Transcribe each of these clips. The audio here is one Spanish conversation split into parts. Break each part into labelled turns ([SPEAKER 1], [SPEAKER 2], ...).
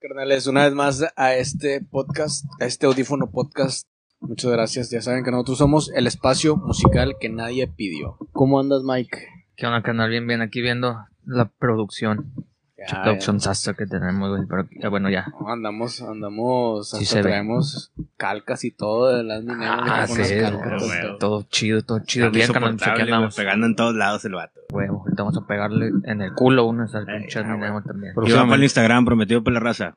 [SPEAKER 1] Carnales, una vez más a este podcast, a este audífono podcast. Muchas gracias. Ya saben que nosotros somos el espacio musical que nadie pidió. ¿Cómo andas, Mike?
[SPEAKER 2] ¿Qué onda, canal? Bien, bien, aquí viendo la producción. Che
[SPEAKER 1] Ya,
[SPEAKER 2] producción sasa que tenemos, güey. Pero eh, bueno, ya.
[SPEAKER 1] ya. Andamos, andamos,
[SPEAKER 2] Sí
[SPEAKER 1] hasta
[SPEAKER 2] se ve.
[SPEAKER 1] traemos calcas y todo de las mineras.
[SPEAKER 2] Ah,
[SPEAKER 1] que
[SPEAKER 2] sí,
[SPEAKER 1] ponen
[SPEAKER 2] es,
[SPEAKER 1] las calcas.
[SPEAKER 2] güey,
[SPEAKER 3] güey.
[SPEAKER 2] todo chido, todo chido. Bien, carnal, pues aquí
[SPEAKER 3] Insoportable, güey,
[SPEAKER 2] andamos.
[SPEAKER 3] Pegando en todos lados el vato.
[SPEAKER 2] Güey, ahorita vamos a pegarle en el culo unas al
[SPEAKER 3] Ey,
[SPEAKER 2] pinche
[SPEAKER 3] ah,
[SPEAKER 2] Nemo
[SPEAKER 3] güey.
[SPEAKER 2] también.
[SPEAKER 3] Y va para el Instagram, prometido por la raza.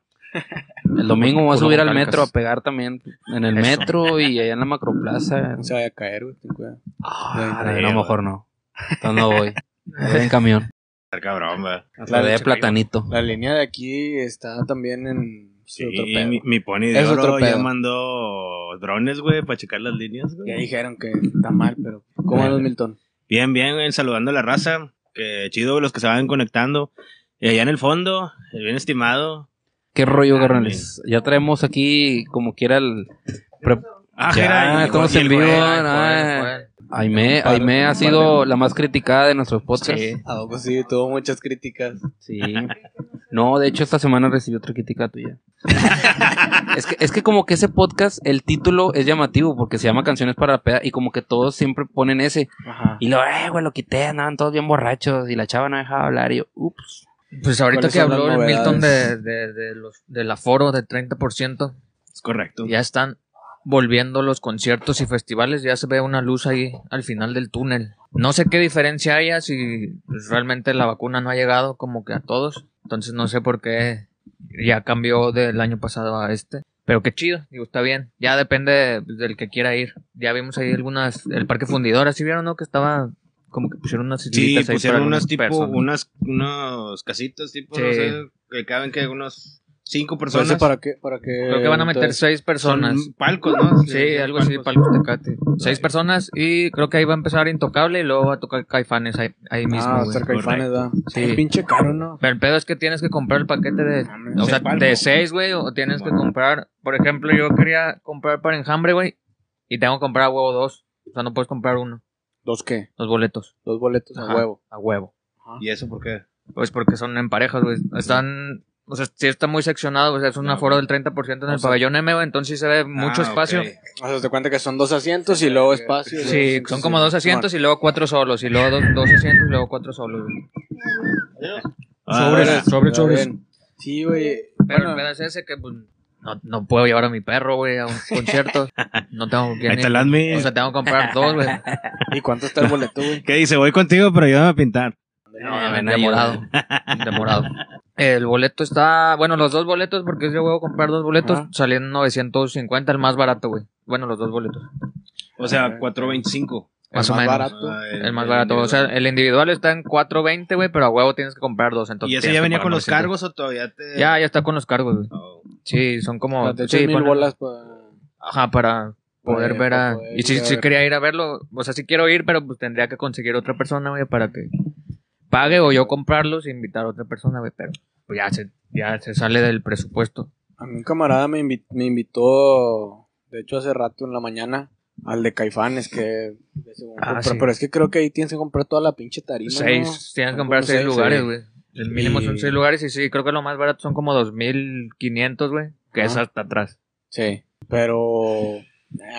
[SPEAKER 4] El domingo voy a
[SPEAKER 2] Puro
[SPEAKER 4] subir al
[SPEAKER 2] Calcas.
[SPEAKER 4] metro a pegar también. En el
[SPEAKER 2] Eso.
[SPEAKER 4] metro y allá en la macroplaza.
[SPEAKER 1] No se vaya a caer, güey. ten cuidado.
[SPEAKER 4] Ah,
[SPEAKER 3] sí,
[SPEAKER 4] no,
[SPEAKER 3] güey.
[SPEAKER 4] mejor no. Entonces no voy. Voy en camión.
[SPEAKER 3] Está cabrón, güey.
[SPEAKER 4] La de platanito.
[SPEAKER 1] La línea de aquí está también en...
[SPEAKER 3] Sí,
[SPEAKER 1] otro pedo.
[SPEAKER 3] mi, mi pony de
[SPEAKER 1] Es otro
[SPEAKER 3] oro
[SPEAKER 1] pedo.
[SPEAKER 3] ya mandó drones, güey, para checar las líneas,
[SPEAKER 1] Ya
[SPEAKER 3] güey.
[SPEAKER 1] dijeron que está mal, pero... ¿Cómo andas, Milton?
[SPEAKER 3] Bien, bien, güey, saludando a la raza. Que chido los que se van conectando. Y allá en el fondo, el bien estimado.
[SPEAKER 4] ¿Qué rollo,
[SPEAKER 3] Ah,
[SPEAKER 4] carnales? Ya traemos aquí, como quiera, el. pre-
[SPEAKER 3] Ah,
[SPEAKER 4] Ya,
[SPEAKER 3] Jera, y-
[SPEAKER 4] estamos
[SPEAKER 3] y
[SPEAKER 4] en
[SPEAKER 3] el
[SPEAKER 4] vivo.
[SPEAKER 3] güey.
[SPEAKER 4] no,
[SPEAKER 2] Joder,
[SPEAKER 4] Aime,
[SPEAKER 1] par-
[SPEAKER 4] Aime
[SPEAKER 1] un
[SPEAKER 4] ha
[SPEAKER 1] par
[SPEAKER 4] sido la más criticada de nuestros podcasts.
[SPEAKER 2] Sí.
[SPEAKER 1] Ah, pues sí, tuvo muchas críticas.
[SPEAKER 4] Sí. No, de hecho, esta semana recibí otra crítica tuya. es, que, es que como que ese podcast, el título es llamativo porque se llama Canciones para la Peda y como que todos siempre ponen ese.
[SPEAKER 1] Ajá.
[SPEAKER 4] Y luego, eh, güey, lo quité, andaban todos bien borrachos y la chava no dejaba hablar y yo, ups.
[SPEAKER 2] Pues ahorita
[SPEAKER 1] ¿Cuáles
[SPEAKER 2] que
[SPEAKER 1] son las
[SPEAKER 2] habló el Milton de,
[SPEAKER 1] novedades?
[SPEAKER 2] de, de los, del aforo del 30%,
[SPEAKER 3] Es correcto.
[SPEAKER 2] ya están volviendo los conciertos y festivales. Ya se ve una luz ahí al final del túnel. No sé qué diferencia haya si pues, realmente la vacuna no ha llegado como que a todos. Entonces no sé por qué ya cambió del año pasado a este. Pero qué chido, digo, está bien. Ya depende pues, del que quiera ir. Ya vimos ahí algunas, el Parque Fundidora, ¿sí vieron, no? Que estaba como que pusieron unas
[SPEAKER 3] Sí,
[SPEAKER 2] sillitas ahí
[SPEAKER 3] pusieron
[SPEAKER 2] para
[SPEAKER 3] unas
[SPEAKER 2] algunas
[SPEAKER 3] tipo,
[SPEAKER 2] personas.
[SPEAKER 3] unas, unos casitos, tipo,
[SPEAKER 2] Sí.
[SPEAKER 3] no sé, que caben que unos cinco
[SPEAKER 1] Entonces,
[SPEAKER 3] personas.
[SPEAKER 1] ¿para qué? Para que,
[SPEAKER 2] Creo que van a meter
[SPEAKER 1] entonces,
[SPEAKER 2] seis personas.
[SPEAKER 3] Son palcos, ¿no?
[SPEAKER 2] Sí, algo así,
[SPEAKER 3] palcos.
[SPEAKER 2] palcos Tecate. Seis personas y creo que ahí va a empezar Intocable y luego va a tocar Caifanes ahí, ahí mismo.
[SPEAKER 1] Ah,
[SPEAKER 2] güey.
[SPEAKER 1] cerca de Fanes, ¿verdad?
[SPEAKER 2] Sí.
[SPEAKER 1] Es pinche caro, ¿no?
[SPEAKER 2] Pero el pedo es que tienes que comprar el paquete de... O
[SPEAKER 3] Sí,
[SPEAKER 2] sea,
[SPEAKER 3] palmo.
[SPEAKER 2] de seis, güey, o tienes que
[SPEAKER 3] Bueno.
[SPEAKER 2] comprar... Por ejemplo, yo quería comprar para Enjambre, güey, y tengo que comprar a huevo dos. O sea, no puedes comprar uno,
[SPEAKER 1] ¿Dos qué?
[SPEAKER 2] los boletos.
[SPEAKER 1] Dos boletos a
[SPEAKER 2] Ajá,
[SPEAKER 1] huevo.
[SPEAKER 2] A huevo.
[SPEAKER 3] ¿Y eso por qué?
[SPEAKER 2] Pues porque son en parejas, güey. Están... O sea, sí está muy seccionado, o sea, es un
[SPEAKER 3] Ah,
[SPEAKER 2] aforo
[SPEAKER 3] ok.
[SPEAKER 2] del 30% en
[SPEAKER 1] O
[SPEAKER 2] el
[SPEAKER 1] sea-
[SPEAKER 2] pabellón M, güey, entonces sí se ve mucho
[SPEAKER 3] Ah,
[SPEAKER 2] espacio.
[SPEAKER 3] ok.
[SPEAKER 1] O sea, te cuenta que son dos asientos y luego espacio. y luego
[SPEAKER 2] Sí,
[SPEAKER 1] asientos,
[SPEAKER 2] son como dos asientos y luego cuatro solos, y luego dos, dos asientos y luego cuatro solos. güey.
[SPEAKER 3] Ah,
[SPEAKER 1] Sobres,
[SPEAKER 3] ahora,
[SPEAKER 1] sobres, sobres. Sí, güey.
[SPEAKER 2] Pero el
[SPEAKER 1] Bueno,
[SPEAKER 2] pedo es ese que pues, no, no puedo llevar a mi perro, güey, a un concierto. No tengo con quién
[SPEAKER 3] Ahí está
[SPEAKER 2] ir.
[SPEAKER 3] el admin.
[SPEAKER 2] O sea, tengo que comprar dos, güey.
[SPEAKER 1] ¿Y cuánto está el boleto, güey?
[SPEAKER 3] ¿Qué dice? Voy contigo, pero ayúdame a pintar.
[SPEAKER 2] No,
[SPEAKER 4] ven
[SPEAKER 2] demorado. Demorado. El boleto está. Bueno, los dos boletos, porque yo voy a comprar dos boletos,
[SPEAKER 1] Ajá.
[SPEAKER 2] salían 950, el más barato, güey. Bueno, los dos boletos.
[SPEAKER 3] O sea, 4.25.
[SPEAKER 1] El
[SPEAKER 2] Más o menos.
[SPEAKER 1] barato.
[SPEAKER 3] Ah,
[SPEAKER 2] El más barato. O sea, el individual está en 420, güey, pero a huevo tienes que comprar dos. Entonces
[SPEAKER 3] ¿Y ese
[SPEAKER 2] tienes
[SPEAKER 3] ya
[SPEAKER 2] que
[SPEAKER 3] venía
[SPEAKER 2] pagar
[SPEAKER 3] con los
[SPEAKER 2] 900.
[SPEAKER 3] cargos o todavía te.?
[SPEAKER 2] Ya, ya está con los cargos, güey.
[SPEAKER 3] Oh.
[SPEAKER 2] Sí, son como.
[SPEAKER 1] Pero te
[SPEAKER 2] sí,
[SPEAKER 1] echas mil
[SPEAKER 2] ponen-
[SPEAKER 1] bolas para...
[SPEAKER 2] Ajá, para
[SPEAKER 1] Para-
[SPEAKER 2] poder ver
[SPEAKER 1] para
[SPEAKER 2] a...
[SPEAKER 1] poder
[SPEAKER 2] Y sí,
[SPEAKER 1] ir a
[SPEAKER 2] sí
[SPEAKER 1] ver.
[SPEAKER 2] quería ir a verlo. O sea, sí quiero ir, pero pues tendría que conseguir otra persona, güey, para que pague o yo comprarlos e invitar a otra persona, güey. Pero pues ya se, ya se sale del presupuesto.
[SPEAKER 1] A mí un camarada me, invi- me invitó, de hecho hace rato en la mañana, al de Caifanes, que... de según
[SPEAKER 2] Ah,
[SPEAKER 1] compra-
[SPEAKER 2] sí.
[SPEAKER 1] Pero es que creo que ahí tienes que comprar toda la pinche tarima,
[SPEAKER 2] seis,
[SPEAKER 1] ¿no?
[SPEAKER 2] tienes
[SPEAKER 1] Son
[SPEAKER 2] que comprar
[SPEAKER 1] como
[SPEAKER 2] seis,
[SPEAKER 1] seis,
[SPEAKER 2] lugares,
[SPEAKER 1] sí.
[SPEAKER 2] güey. El mínimo son
[SPEAKER 1] Y-
[SPEAKER 2] seis lugares y sí, creo que lo más barato son como 2.500, güey. Que es
[SPEAKER 1] Ajá.
[SPEAKER 2] hasta atrás.
[SPEAKER 1] Sí, pero... eh,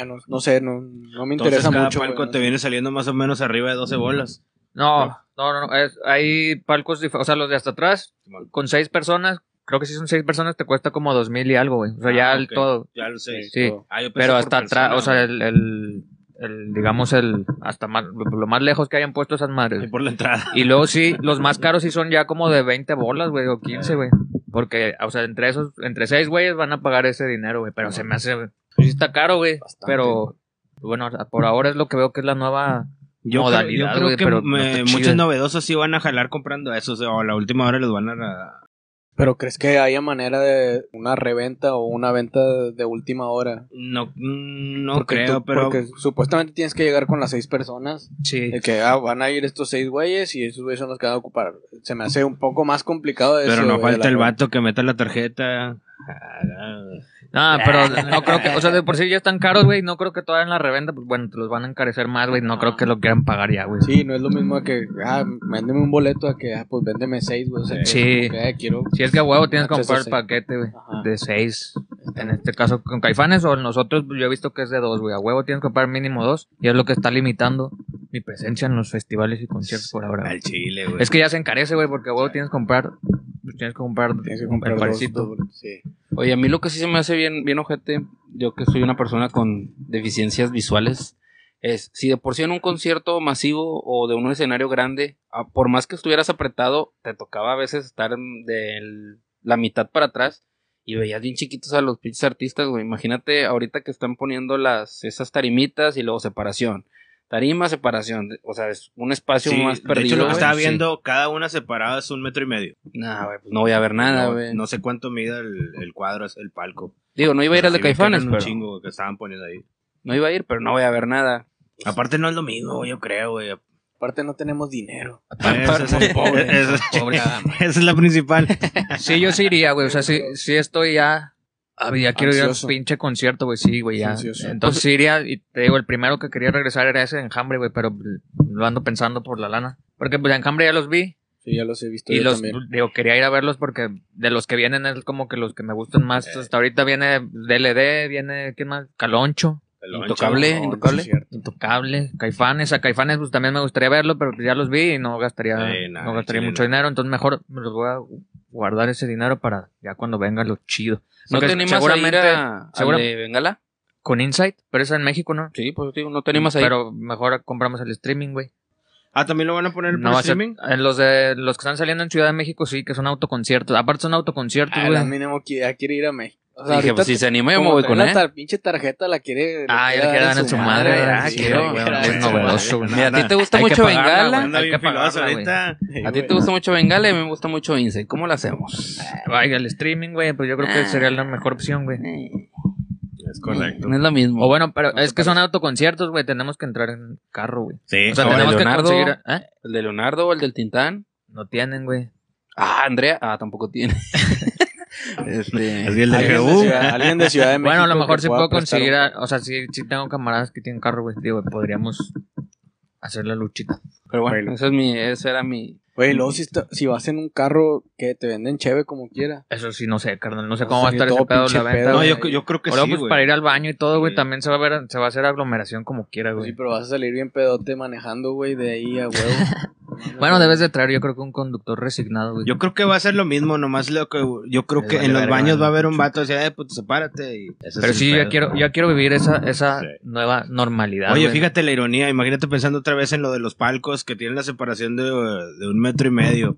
[SPEAKER 1] no, no sé, no, no me
[SPEAKER 3] Entonces,
[SPEAKER 1] interesa
[SPEAKER 3] cada
[SPEAKER 1] mucho. güey,
[SPEAKER 3] palco
[SPEAKER 1] no
[SPEAKER 3] te
[SPEAKER 1] sé.
[SPEAKER 3] viene saliendo más o menos arriba de 12 bolas.
[SPEAKER 2] No,
[SPEAKER 3] Ah.
[SPEAKER 2] no, no. no, es- hay palcos, dif- o sea, los de hasta atrás, con seis personas, creo que si son seis personas te cuesta como 2.000 y algo, güey. O sea,
[SPEAKER 3] Ah,
[SPEAKER 2] ya el
[SPEAKER 3] ok.
[SPEAKER 2] todo.
[SPEAKER 3] Ya lo sé.
[SPEAKER 2] Sí.
[SPEAKER 1] todo.
[SPEAKER 3] Ah, yo pensé
[SPEAKER 2] Pero
[SPEAKER 3] por
[SPEAKER 2] hasta
[SPEAKER 3] persona,
[SPEAKER 2] atrás, o sea,
[SPEAKER 3] güey.
[SPEAKER 2] el, el- el, digamos, el, hasta más, lo más lejos que hayan puesto esas
[SPEAKER 3] Ahí
[SPEAKER 2] madres.
[SPEAKER 3] por la entrada.
[SPEAKER 2] Y luego sí, los más caros sí son ya como de 20 bolas, güey, o 15, güey. Porque, o sea, entre esos, entre seis güeyes van a pagar ese dinero, güey. Pero se me hace, pues sí está caro, güey.
[SPEAKER 1] Bastante.
[SPEAKER 2] Pero, bueno, por ahora es lo que veo que es la nueva
[SPEAKER 3] Yo creo, yo
[SPEAKER 2] modalidad,
[SPEAKER 3] creo
[SPEAKER 2] güey,
[SPEAKER 3] que
[SPEAKER 2] pero
[SPEAKER 3] me-
[SPEAKER 2] no está chida.
[SPEAKER 3] muchos novedosos sí van a jalar comprando eso. O sea, a la última hora les van a.
[SPEAKER 1] Pero crees que haya manera de una reventa o una venta de última hora?
[SPEAKER 3] No, mm, no
[SPEAKER 1] Porque
[SPEAKER 3] creo,
[SPEAKER 1] tú-
[SPEAKER 3] pero.
[SPEAKER 1] Porque supuestamente tienes que llegar con las seis personas.
[SPEAKER 2] Sí.
[SPEAKER 1] De que ah, van a ir estos seis güeyes y esos güeyes son los que van a ocupar. Se me hace un poco más complicado eso. eh,
[SPEAKER 3] Pero no
[SPEAKER 1] güey, de
[SPEAKER 3] falta
[SPEAKER 1] la
[SPEAKER 3] el
[SPEAKER 1] reventa.
[SPEAKER 3] vato que meta la tarjeta. Ah,
[SPEAKER 2] No, pero no creo que, o sea, de por sí ya están caros, güey, no creo que todavía en la reventa, pues bueno, te los van a encarecer más, güey, no creo que lo quieran pagar ya, güey.
[SPEAKER 1] Sí, no es lo mismo a que, ah, véndeme un boleto a que, ah, pues véndeme seis, güey. o sea,
[SPEAKER 2] Sí.
[SPEAKER 1] es como que, ah, quiero.
[SPEAKER 2] Si es que a huevo tienes que comprar el
[SPEAKER 1] Sí.
[SPEAKER 2] paquete, güey,
[SPEAKER 1] Ajá.
[SPEAKER 2] de seis. En este caso con Caifanes o en nosotros, pues, yo he visto que es de dos, güey. A huevo tienes que comprar mínimo dos y es lo que está limitando mi presencia en los festivales y conciertos por ahora. güey.
[SPEAKER 3] Al chile, güey.
[SPEAKER 2] Es que ya se encarece, güey, porque a huevo tienes que comprar, pues, tienes que comprar,
[SPEAKER 1] Tienes que comprar
[SPEAKER 2] el
[SPEAKER 1] dos,
[SPEAKER 2] parecito.
[SPEAKER 1] dos, sí.
[SPEAKER 4] Oye, a mí lo que sí se me hace bien, bien ojete, yo que soy una persona con deficiencias visuales, es si de por sí en un concierto masivo o de un escenario grande, a- por más que estuvieras apretado, te tocaba a veces estar en- de el- la mitad para atrás y veías bien chiquitos a los pinches artistas, güey. Imagínate ahorita que están poniendo las esas tarimitas y luego separación. Tarima, separación. de- O sea, es un espacio
[SPEAKER 3] Sí,
[SPEAKER 4] más perdido.
[SPEAKER 3] de hecho, lo que
[SPEAKER 4] güey.
[SPEAKER 3] estaba
[SPEAKER 4] Sí.
[SPEAKER 3] viendo, cada una separada es un metro y medio.
[SPEAKER 4] Nah, güey, pues no voy a ver nada,
[SPEAKER 3] no,
[SPEAKER 4] güey.
[SPEAKER 3] no sé cuánto mida el, el cuadro, es el palco.
[SPEAKER 4] Digo, no iba a ir al de
[SPEAKER 3] Pero Pues sí vi que eran
[SPEAKER 4] Caifanes,
[SPEAKER 3] un
[SPEAKER 4] pero...
[SPEAKER 3] chingo que estaban poniendo ahí.
[SPEAKER 4] No iba a ir, pero no voy a ver nada.
[SPEAKER 3] Aparte no es lo mismo, yo creo, güey.
[SPEAKER 1] Aparte no tenemos dinero.
[SPEAKER 3] Esa es-
[SPEAKER 4] pobre,
[SPEAKER 3] esa es-
[SPEAKER 2] pobre Adama.
[SPEAKER 3] esa es la principal.
[SPEAKER 2] Sí, yo sí iría, güey. O sea, sí, sí estoy ya. ah, Ya quiero
[SPEAKER 1] Ansioso.
[SPEAKER 2] ir al pinche concierto, güey. Sí, güey, ya.
[SPEAKER 1] Ansioso.
[SPEAKER 2] Entonces sí iría. Y te digo, el primero que quería regresar era ese de enjambre, güey. Pero lo ando pensando por la lana. Porque pues de enjambre ya los vi.
[SPEAKER 1] Sí, ya los he visto
[SPEAKER 2] y
[SPEAKER 1] yo
[SPEAKER 2] los,
[SPEAKER 1] también.
[SPEAKER 2] digo, quería ir a verlos porque de los que vienen es como que los que me gustan más.
[SPEAKER 3] Eh.
[SPEAKER 2] Hasta ahorita viene DLD, viene, ¿quién más? Caloncho,
[SPEAKER 3] El
[SPEAKER 4] Intocable.
[SPEAKER 3] loncho,
[SPEAKER 1] No,
[SPEAKER 4] Intocable.
[SPEAKER 1] no es cierto.
[SPEAKER 2] Intocable, Caifanes. A Caifanes pues también me gustaría verlo, pero ya los vi y no gastaría,
[SPEAKER 3] Sí, nah,
[SPEAKER 2] no gastaría
[SPEAKER 3] chile,
[SPEAKER 2] mucho
[SPEAKER 3] no.
[SPEAKER 2] dinero. Entonces mejor me los voy a guardar ese dinero para ya cuando venga lo chido.
[SPEAKER 4] ¿No
[SPEAKER 2] Porque
[SPEAKER 4] te animas
[SPEAKER 2] seguramente-
[SPEAKER 4] a ir a,
[SPEAKER 2] segura-
[SPEAKER 4] al de Bengala?
[SPEAKER 2] Con Insight, pero esa en México, ¿no?
[SPEAKER 4] Sí, pues digo, no te animas a ir.
[SPEAKER 2] Pero mejor compramos el streaming, güey.
[SPEAKER 3] Ah, también lo van a poner
[SPEAKER 2] No
[SPEAKER 3] por
[SPEAKER 2] va a ser-
[SPEAKER 3] streaming.
[SPEAKER 2] eh, los de los que están saliendo en Ciudad de México sí, que son autoconciertos. Aparte son autoconciertos,
[SPEAKER 1] Ah,
[SPEAKER 2] güey.
[SPEAKER 1] la mínimo que ya quiere ir a México. O
[SPEAKER 4] Dije, pues si se anima yo me
[SPEAKER 1] como
[SPEAKER 4] voy
[SPEAKER 1] trae
[SPEAKER 4] con
[SPEAKER 1] la
[SPEAKER 4] él.
[SPEAKER 1] tar- pinche tarjeta la quiere.
[SPEAKER 2] Ah, ya le quiere dar en su madre, ah,
[SPEAKER 1] sí,
[SPEAKER 4] quiero,
[SPEAKER 1] le quiere
[SPEAKER 4] güey,
[SPEAKER 1] dar en
[SPEAKER 4] es
[SPEAKER 1] su madre.
[SPEAKER 2] novedoso, güey.
[SPEAKER 4] Mira, a ti te gusta
[SPEAKER 2] Hay que
[SPEAKER 4] mucho
[SPEAKER 2] pagarla,
[SPEAKER 4] Bengala.
[SPEAKER 3] Anda
[SPEAKER 2] hay
[SPEAKER 3] bien
[SPEAKER 2] que
[SPEAKER 3] filoso
[SPEAKER 2] pagarla,
[SPEAKER 3] ahorita.
[SPEAKER 1] Sí,
[SPEAKER 4] A ti
[SPEAKER 1] güey.
[SPEAKER 4] te gusta mucho Bengala y a mí me gusta mucho Insight. ¿Cómo lo hacemos?
[SPEAKER 2] Vaya, el streaming, güey, pues yo creo que sería la mejor opción, güey.
[SPEAKER 4] Eh,
[SPEAKER 3] Es correcto.
[SPEAKER 4] No es lo
[SPEAKER 2] O
[SPEAKER 4] mismo.
[SPEAKER 2] bueno, pero
[SPEAKER 1] ¿No te
[SPEAKER 2] es que son
[SPEAKER 1] parece?
[SPEAKER 2] autoconciertos, güey. Tenemos que entrar en carro, güey.
[SPEAKER 3] Sí,
[SPEAKER 2] O sea,
[SPEAKER 3] ahora-
[SPEAKER 4] Ahora,
[SPEAKER 2] tenemos que
[SPEAKER 4] Leonardo.
[SPEAKER 2] conseguir... ¿eh?
[SPEAKER 4] ¿El de Leonardo o el del Tintán?
[SPEAKER 2] No tienen, güey.
[SPEAKER 4] Ah, Andrea. Ah, tampoco tiene. Este,
[SPEAKER 3] Así el de
[SPEAKER 1] Alguien de,
[SPEAKER 3] GU.
[SPEAKER 1] Ciudad, alguien de Ciudad de México.
[SPEAKER 2] Bueno, a lo mejor
[SPEAKER 1] que
[SPEAKER 2] sí
[SPEAKER 1] pueda
[SPEAKER 2] puedo
[SPEAKER 1] prestar un-
[SPEAKER 2] conseguir... a- o sea, sí, sí tengo camaradas que tienen carro, güey. Digo, podríamos hacer la luchita.
[SPEAKER 4] Pero bueno,
[SPEAKER 1] Bueno.
[SPEAKER 4] esa es mi, esa era mi...
[SPEAKER 1] Güey, luego si, está- si vas en un carro que te venden cheve como quiera.
[SPEAKER 2] Eso sí, no sé, carnal. No sé
[SPEAKER 1] O
[SPEAKER 2] cómo va a
[SPEAKER 1] sea,
[SPEAKER 2] estar ese
[SPEAKER 1] todo
[SPEAKER 2] pedo
[SPEAKER 1] pinche
[SPEAKER 2] la venta.
[SPEAKER 1] pedo,
[SPEAKER 3] No,
[SPEAKER 2] güey.
[SPEAKER 3] yo, yo creo que
[SPEAKER 2] Ahora,
[SPEAKER 3] sí,
[SPEAKER 2] pues
[SPEAKER 3] güey.
[SPEAKER 2] para ir al baño y todo, güey,
[SPEAKER 3] Sí.
[SPEAKER 2] también se va a ver, se va a hacer aglomeración como quiera,
[SPEAKER 1] Pues
[SPEAKER 2] güey.
[SPEAKER 1] sí, pero vas a salir bien pedote manejando, güey, de ahí a huevo.
[SPEAKER 2] Bueno, debes de traer, yo creo que un conductor resignado, güey.
[SPEAKER 3] Yo creo que va a ser lo mismo, nomás lo que yo creo
[SPEAKER 2] Les
[SPEAKER 3] que
[SPEAKER 2] vale
[SPEAKER 3] en los
[SPEAKER 2] verga,
[SPEAKER 3] baños
[SPEAKER 2] ¿no?
[SPEAKER 3] va a haber un vato así, eh, puto, sepárate. y ese
[SPEAKER 2] Pero
[SPEAKER 3] Este es el
[SPEAKER 2] sí, yo
[SPEAKER 3] pedo.
[SPEAKER 2] quiero, yo quiero vivir esa, esa
[SPEAKER 3] Sí.
[SPEAKER 2] nueva normalidad.
[SPEAKER 3] Oye,
[SPEAKER 2] güey.
[SPEAKER 3] fíjate la ironía, imagínate pensando otra vez en lo de los palcos que tienen la separación de, de un metro y medio.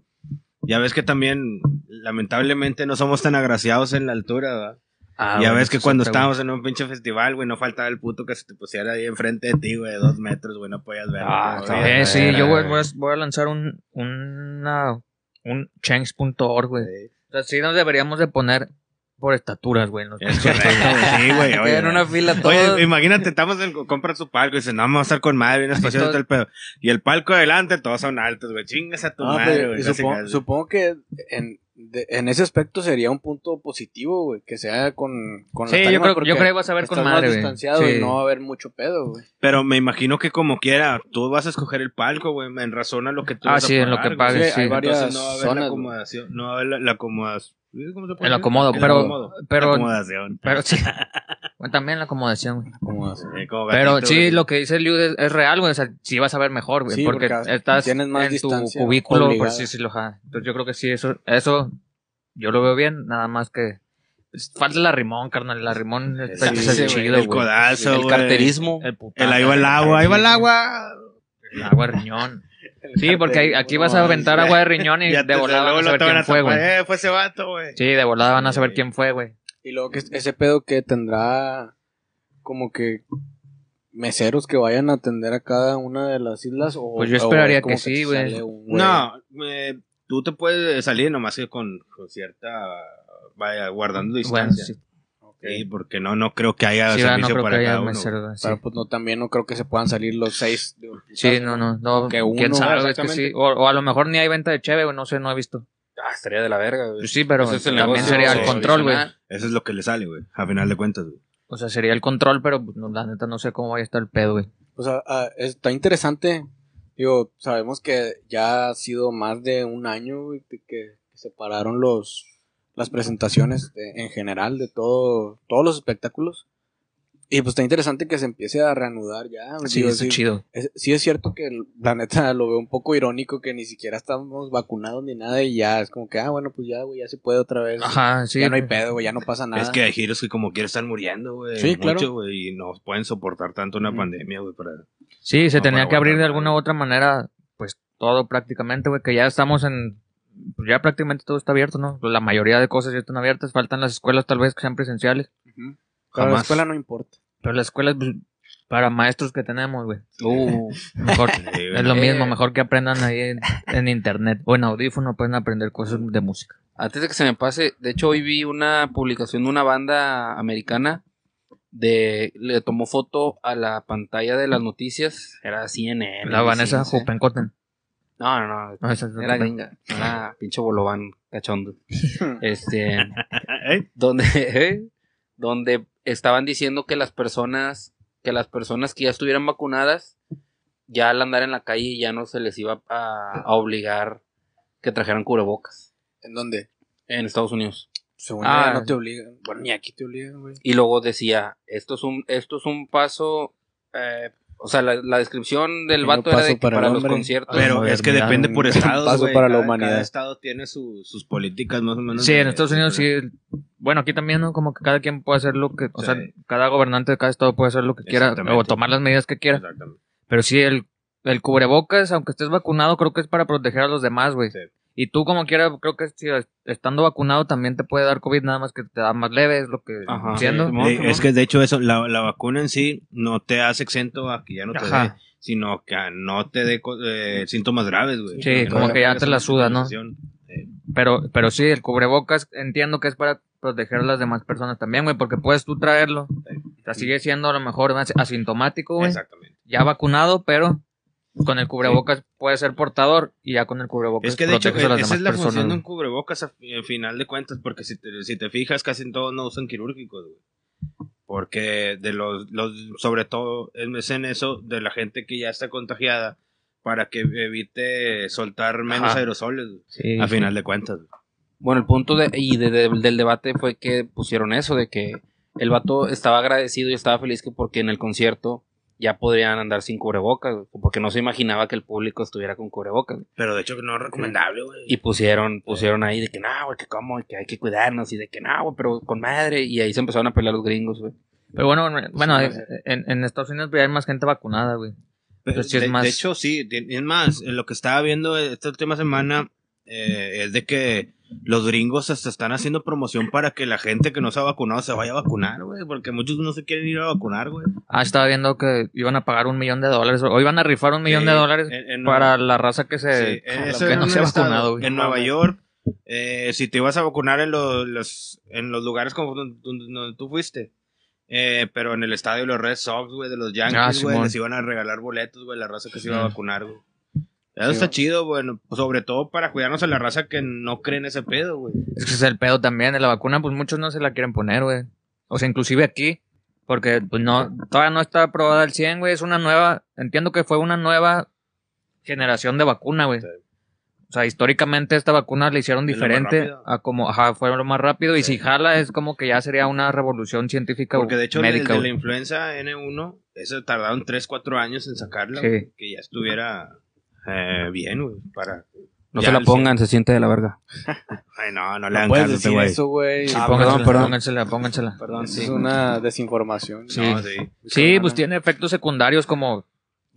[SPEAKER 3] Ya ves que también, lamentablemente, no somos tan agraciados en la altura, ¿verdad?
[SPEAKER 2] Ah,
[SPEAKER 3] ya
[SPEAKER 2] güey,
[SPEAKER 3] ves que
[SPEAKER 2] eso
[SPEAKER 3] cuando
[SPEAKER 2] está,
[SPEAKER 3] estábamos en un pinche festival, güey, no faltaba el puto que se te pusiera ahí enfrente de ti, güey, de dos metros, güey, no podías ver.
[SPEAKER 4] Ah,
[SPEAKER 3] güey.
[SPEAKER 2] güey.
[SPEAKER 4] cabrón.
[SPEAKER 2] Eh, sí,
[SPEAKER 4] Verga,
[SPEAKER 2] yo voy,
[SPEAKER 4] güey.
[SPEAKER 2] voy a, voy a lanzar un, una, un change.org, güey.
[SPEAKER 3] Sí.
[SPEAKER 2] O sea, sí nos deberíamos de poner por estaturas, güey. en los
[SPEAKER 3] Es correcto, güey, sí, güey, oye.
[SPEAKER 4] en una fila
[SPEAKER 3] Oye,
[SPEAKER 4] todos.
[SPEAKER 3] imagínate, estamos en, compran su palco y dicen, no, vamos a estar con madre, bien espacioso y todo el pedo. Y el palco adelante, todos son altos, güey, chingas a tu
[SPEAKER 1] Ah,
[SPEAKER 3] madre,
[SPEAKER 1] pero-
[SPEAKER 3] güey.
[SPEAKER 1] y
[SPEAKER 3] casi,
[SPEAKER 1] supongo,
[SPEAKER 3] casi.
[SPEAKER 1] supongo que en, de- en ese aspecto sería un punto positivo, güey, que sea con, con
[SPEAKER 2] Sí,
[SPEAKER 1] la
[SPEAKER 2] yo
[SPEAKER 1] tarima,
[SPEAKER 2] creo,
[SPEAKER 1] porque
[SPEAKER 2] yo creo que vas a ver
[SPEAKER 1] estás
[SPEAKER 2] con madre,
[SPEAKER 1] más
[SPEAKER 2] güey.
[SPEAKER 1] distanciado
[SPEAKER 2] Sí.
[SPEAKER 1] y no va a haber mucho pedo, güey.
[SPEAKER 3] Pero me imagino que como quiera, tú vas a escoger el palco, güey, en razón a lo que tú
[SPEAKER 2] Ah,
[SPEAKER 3] vas a
[SPEAKER 2] sí, en lo
[SPEAKER 3] pagar,
[SPEAKER 2] que
[SPEAKER 3] güey.
[SPEAKER 2] pagues,
[SPEAKER 1] Sí, hay
[SPEAKER 2] sí.
[SPEAKER 1] varias
[SPEAKER 3] Entonces no va a haber
[SPEAKER 1] zonas,
[SPEAKER 3] la
[SPEAKER 1] güey.
[SPEAKER 3] acomodación, no va a haber la, la acomodación. ¿Cómo se
[SPEAKER 2] El
[SPEAKER 3] puede decir?
[SPEAKER 2] acomodo,
[SPEAKER 3] El
[SPEAKER 2] pero-
[SPEAKER 3] acomodo.
[SPEAKER 2] pero-
[SPEAKER 3] La acomodación.
[SPEAKER 2] Pero sí. Bueno, también la acomodación, güey.
[SPEAKER 1] ¿Cómo vas?
[SPEAKER 3] Eh, como
[SPEAKER 2] Pero
[SPEAKER 3] gatito,
[SPEAKER 2] sí,
[SPEAKER 3] güey.
[SPEAKER 2] lo que dice Liu es, es real, güey. O sea, sí vas a ver mejor, güey.
[SPEAKER 1] Sí,
[SPEAKER 2] porque,
[SPEAKER 1] porque
[SPEAKER 2] estás
[SPEAKER 1] tienes más
[SPEAKER 2] en tu
[SPEAKER 1] distancia
[SPEAKER 2] cubículo,
[SPEAKER 1] obligada.
[SPEAKER 2] por sí, sí, lo ja. Entonces yo creo que sí, eso, eso yo lo veo bien, nada más que. pues, Falta la rimón, carnal. La rimón está
[SPEAKER 3] Sí,
[SPEAKER 2] está
[SPEAKER 1] sí, güey.
[SPEAKER 2] chido,
[SPEAKER 3] el
[SPEAKER 2] güey. Ah,
[SPEAKER 3] codazo,
[SPEAKER 4] el
[SPEAKER 3] güey.
[SPEAKER 4] carterismo.
[SPEAKER 2] El putazo.
[SPEAKER 3] El ahí va el agua, ahí va el agua.
[SPEAKER 2] El agua de riñón. Sí, porque ahí- aquí vas a aventar agua de riñón y
[SPEAKER 3] Ya
[SPEAKER 2] de
[SPEAKER 3] te-
[SPEAKER 2] volada
[SPEAKER 3] luego
[SPEAKER 2] van a
[SPEAKER 3] lo
[SPEAKER 2] saber
[SPEAKER 3] te van
[SPEAKER 2] quién
[SPEAKER 3] a
[SPEAKER 2] fue,
[SPEAKER 3] tapar,
[SPEAKER 2] güey.
[SPEAKER 3] Eh, fue ese vato, güey.
[SPEAKER 2] Sí, de volada van a saber
[SPEAKER 3] Sí.
[SPEAKER 2] quién fue, güey.
[SPEAKER 1] Y luego que es- ese pedo que tendrá como que meseros que vayan a atender a cada una de las islas o
[SPEAKER 2] Pues yo
[SPEAKER 1] o
[SPEAKER 2] esperaría
[SPEAKER 1] es como
[SPEAKER 2] que sí,
[SPEAKER 1] te
[SPEAKER 2] güey.
[SPEAKER 1] sale un
[SPEAKER 3] No, eh, tú te puedes salir nomás que con, con cierta. Vaya, guardando
[SPEAKER 2] Bueno,
[SPEAKER 3] distancia.
[SPEAKER 2] sí,
[SPEAKER 3] Sí, porque no, no creo que haya
[SPEAKER 2] sí, va, no
[SPEAKER 3] servicio
[SPEAKER 2] creo que
[SPEAKER 3] para
[SPEAKER 2] haya
[SPEAKER 3] cada uno.
[SPEAKER 2] mesero, güey, sí.
[SPEAKER 1] Pero pues no también no creo que se puedan salir los seis de un
[SPEAKER 2] Sí,
[SPEAKER 1] putazo.
[SPEAKER 2] no, no, no.
[SPEAKER 1] Que uno,
[SPEAKER 2] quién sabe, es que
[SPEAKER 1] exactamente.
[SPEAKER 2] sí. O, o a lo mejor ni hay venta de cheve, güey, no sé, no he visto.
[SPEAKER 4] Ah, estaría de la verga, güey.
[SPEAKER 2] Pues sí, pero
[SPEAKER 4] Ese es el
[SPEAKER 2] también
[SPEAKER 4] negocio
[SPEAKER 2] sería el
[SPEAKER 3] de
[SPEAKER 2] control, güey.
[SPEAKER 4] adicional.
[SPEAKER 3] Eso es lo que le sale, güey. A final de cuentas, güey.
[SPEAKER 2] O sea, sería el control, pero pues, no, la neta no sé cómo vaya a estar el pedo, güey.
[SPEAKER 1] O sea, ah, está interesante. Digo, sabemos que ya ha sido más de un año güey, que, que separaron los, las presentaciones de- en general de todo, todos los espectáculos. Y pues está interesante que se empiece a reanudar ya.
[SPEAKER 2] Sí,
[SPEAKER 1] Digo,
[SPEAKER 2] eso
[SPEAKER 1] sí,
[SPEAKER 2] chido.
[SPEAKER 1] es- sí es cierto que el- la neta lo veo un poco irónico que ni siquiera estamos vacunados ni nada y ya es como que, ah, bueno, pues ya, güey, ya se puede otra vez.
[SPEAKER 2] Ajá, sí.
[SPEAKER 1] ya no hay pedo, güey, ya no pasa nada.
[SPEAKER 3] Es que hay giros que como quiera están muriendo, güey.
[SPEAKER 1] Sí, claro.
[SPEAKER 3] mucho, güey, y no pueden soportar tanto una
[SPEAKER 1] Mm.
[SPEAKER 3] pandemia, güey. Para...
[SPEAKER 2] Sí, se
[SPEAKER 3] No
[SPEAKER 2] tenía
[SPEAKER 3] puede
[SPEAKER 2] que abrir de
[SPEAKER 3] aguantar
[SPEAKER 2] alguna u
[SPEAKER 3] nadie.
[SPEAKER 2] otra manera, pues todo prácticamente, güey, que ya estamos en. pues, Ya prácticamente todo está abierto, ¿no? La mayoría de cosas ya están abiertas, faltan las escuelas tal vez que sean presenciales,
[SPEAKER 1] Ujú. Pero la
[SPEAKER 3] Jamás.
[SPEAKER 1] escuela no importa.
[SPEAKER 2] pero las escuelas pues, para maestros que tenemos, güey.
[SPEAKER 4] Uh,
[SPEAKER 2] Mejor.
[SPEAKER 3] Sí, güey.
[SPEAKER 2] Es lo
[SPEAKER 4] Eh.
[SPEAKER 2] mismo, mejor que aprendan ahí en, en internet o en audífono, pueden aprender cosas de música.
[SPEAKER 4] antes de que se me pase, de hecho hoy vi una publicación de una banda americana de le tomó foto a la pantalla de las noticias, era CNN.
[SPEAKER 2] La Vanessa
[SPEAKER 4] sí, no sé.
[SPEAKER 2] Jupencoten.
[SPEAKER 4] No, no, no,
[SPEAKER 2] No, esa es otra
[SPEAKER 4] era
[SPEAKER 2] banda.
[SPEAKER 4] gringa, era pinche bolobán cachondo. Este,
[SPEAKER 3] ¿Eh?
[SPEAKER 4] donde ¿eh? donde estaban diciendo que las personas que las personas que ya estuvieran vacunadas ya al andar en la calle ya no se les iba a, a obligar que trajeran cubrebocas
[SPEAKER 1] ¿En dónde?
[SPEAKER 4] en Estados Unidos.
[SPEAKER 1] Según
[SPEAKER 2] Ah.
[SPEAKER 1] yo, no te obligan. Bueno, ni aquí te obligan, güey.
[SPEAKER 4] Y luego decía, esto es un esto es un paso eh, o sea, la, la descripción del
[SPEAKER 1] Pequeño
[SPEAKER 4] vato era
[SPEAKER 1] paso
[SPEAKER 4] de que
[SPEAKER 1] para
[SPEAKER 4] para,
[SPEAKER 1] el
[SPEAKER 4] los
[SPEAKER 1] hombre.
[SPEAKER 4] conciertos.
[SPEAKER 3] Pero es que
[SPEAKER 2] modernidad,
[SPEAKER 3] depende por
[SPEAKER 1] un
[SPEAKER 3] estados,
[SPEAKER 1] paso
[SPEAKER 3] güey.
[SPEAKER 1] para la
[SPEAKER 3] Cada-
[SPEAKER 1] humanidad.
[SPEAKER 3] Cada estado tiene su- sus políticas más o menos.
[SPEAKER 2] Sí, en
[SPEAKER 3] de-
[SPEAKER 2] Estados Unidos sí. Bueno, aquí también, ¿no? Como que cada quien puede hacer lo que. O
[SPEAKER 3] Sí.
[SPEAKER 2] sea, cada gobernante de cada estado puede hacer lo que quiera o
[SPEAKER 3] Exactamente.
[SPEAKER 2] tomar las medidas que quiera.
[SPEAKER 3] Exactamente.
[SPEAKER 2] Pero sí, el, el cubrebocas, aunque estés vacunado, creo que es para proteger a los demás, güey.
[SPEAKER 3] Sí.
[SPEAKER 2] Y tú, como quieras, creo que si estando vacunado también te puede dar COVID, nada más que te da más leve, es lo que
[SPEAKER 4] Ajá.
[SPEAKER 2] entiendo.
[SPEAKER 4] Sí.
[SPEAKER 3] Eh, es que de hecho eso, la, la vacuna en sí no te hace exento a que ya no te dé,
[SPEAKER 2] Ajá.
[SPEAKER 3] sino que a no te dé co- eh, síntomas graves, güey.
[SPEAKER 2] Sí, como
[SPEAKER 3] no
[SPEAKER 2] que ya
[SPEAKER 3] tengas
[SPEAKER 2] te la
[SPEAKER 3] una
[SPEAKER 2] suda, ¿no?
[SPEAKER 3] complicación.
[SPEAKER 2] Pero, pero sí, el cubrebocas entiendo que es para proteger a las demás personas también, güey, porque puedes tú traerlo. O sea, sigue siendo a lo mejor más asintomático, güey.
[SPEAKER 3] Exactamente.
[SPEAKER 2] ya vacunado, pero con el cubrebocas puede ser portador y ya con el cubrebocas
[SPEAKER 3] Es que de hecho
[SPEAKER 2] proteges a las
[SPEAKER 3] esa es la
[SPEAKER 2] demás
[SPEAKER 3] función de un
[SPEAKER 2] personas.
[SPEAKER 3] cubrebocas a, fi- a final de cuentas, porque si te, si te fijas casi en todos no usan quirúrgicos, güey. Porque de los, los sobre todo es en eso de la gente que ya está contagiada para que evite soltar menos
[SPEAKER 2] Ajá.
[SPEAKER 3] aerosoles, güey,
[SPEAKER 2] Sí,
[SPEAKER 3] a
[SPEAKER 2] sí.
[SPEAKER 3] final de cuentas. güey.
[SPEAKER 4] Bueno, el punto de, y de- de- del debate fue que pusieron eso, de que el vato estaba agradecido y estaba feliz que porque en el concierto ya podrían andar sin cubrebocas, güey, porque no se imaginaba que el público estuviera con cubrebocas. güey.
[SPEAKER 3] Pero de hecho no es recomendable, güey.
[SPEAKER 4] Y pusieron, pusieron ahí de que no, güey, que cómo, y que hay que cuidarnos, y de que no, güey, pero con madre. Y ahí se empezaron a pelear los gringos, güey.
[SPEAKER 2] Pero bueno, bueno, bueno, eh, en, en Estados Unidos ya hay más gente vacunada, güey.
[SPEAKER 3] Pero
[SPEAKER 2] Pues sí es
[SPEAKER 3] de,
[SPEAKER 2] más-
[SPEAKER 3] de hecho, sí, tien- es más, eh, lo que estaba viendo esta última semana eh, es de que los gringos hasta están haciendo promoción para que la gente que no se ha vacunado se vaya a vacunar, güey, porque muchos no se quieren ir a vacunar, güey.
[SPEAKER 2] Ah, estaba viendo que iban a pagar un millón de dólares. O iban a rifar un millón
[SPEAKER 3] Eh,
[SPEAKER 2] de dólares
[SPEAKER 3] en- en-
[SPEAKER 2] para la raza que
[SPEAKER 3] sí,
[SPEAKER 2] se
[SPEAKER 3] en-
[SPEAKER 2] que
[SPEAKER 3] eso en
[SPEAKER 2] no
[SPEAKER 3] un
[SPEAKER 2] se ha
[SPEAKER 3] estado,
[SPEAKER 2] vacunado, güey.
[SPEAKER 3] En Nueva York, eh, si te ibas a vacunar en los, los- en los lugares como donde, donde- donde tú fuiste. eh, pero en el estadio de los Red Sox, güey, de los
[SPEAKER 2] Ah,
[SPEAKER 3] Yankees, güey,
[SPEAKER 2] Simón.
[SPEAKER 3] les iban a regalar boletos, güey, la raza que se iba a
[SPEAKER 2] Ujú.
[SPEAKER 3] vacunar, güey. Eso
[SPEAKER 1] Sí,
[SPEAKER 3] está
[SPEAKER 1] güey.
[SPEAKER 3] chido, bueno, sobre todo para cuidarnos a la raza que no cree en ese pedo, güey.
[SPEAKER 2] Ese es el pedo también de la vacuna, pues muchos no se la quieren poner, güey. O sea, inclusive aquí, porque pues no, todavía no está aprobada al 100, güey. Es una nueva, entiendo que fue una nueva generación de vacuna, güey.
[SPEAKER 3] Sí.
[SPEAKER 2] O sea, históricamente esta vacuna la hicieron
[SPEAKER 3] Es lo más
[SPEAKER 2] diferente
[SPEAKER 3] rápido.
[SPEAKER 2] a como, ajá, fue lo más rápido. Y
[SPEAKER 3] Sí.
[SPEAKER 2] si jala es como que ya sería una revolución científica
[SPEAKER 3] Porque de hecho, el- el
[SPEAKER 2] médica,
[SPEAKER 3] de la
[SPEAKER 2] güey.
[SPEAKER 3] influenza N1, eso tardaron 3, 4 años en sacarla,
[SPEAKER 2] Sí.
[SPEAKER 3] güey, que ya estuviera eh, bien, güey, para...
[SPEAKER 4] No
[SPEAKER 3] ya
[SPEAKER 4] se la
[SPEAKER 3] el-
[SPEAKER 4] pongan, se siente de la verga.
[SPEAKER 3] Ay, no, no le
[SPEAKER 1] No
[SPEAKER 3] hagan
[SPEAKER 1] puedes
[SPEAKER 3] caso a este
[SPEAKER 1] decir
[SPEAKER 3] güey.
[SPEAKER 1] eso, güey.
[SPEAKER 2] Póngansela,
[SPEAKER 4] Ah, perdón, perdón.
[SPEAKER 2] póngansela, póngansela.
[SPEAKER 4] Perdón,
[SPEAKER 1] pues, Es una desinformación.
[SPEAKER 2] Sí.
[SPEAKER 3] No, sí.
[SPEAKER 2] Sí, pues tiene efectos secundarios como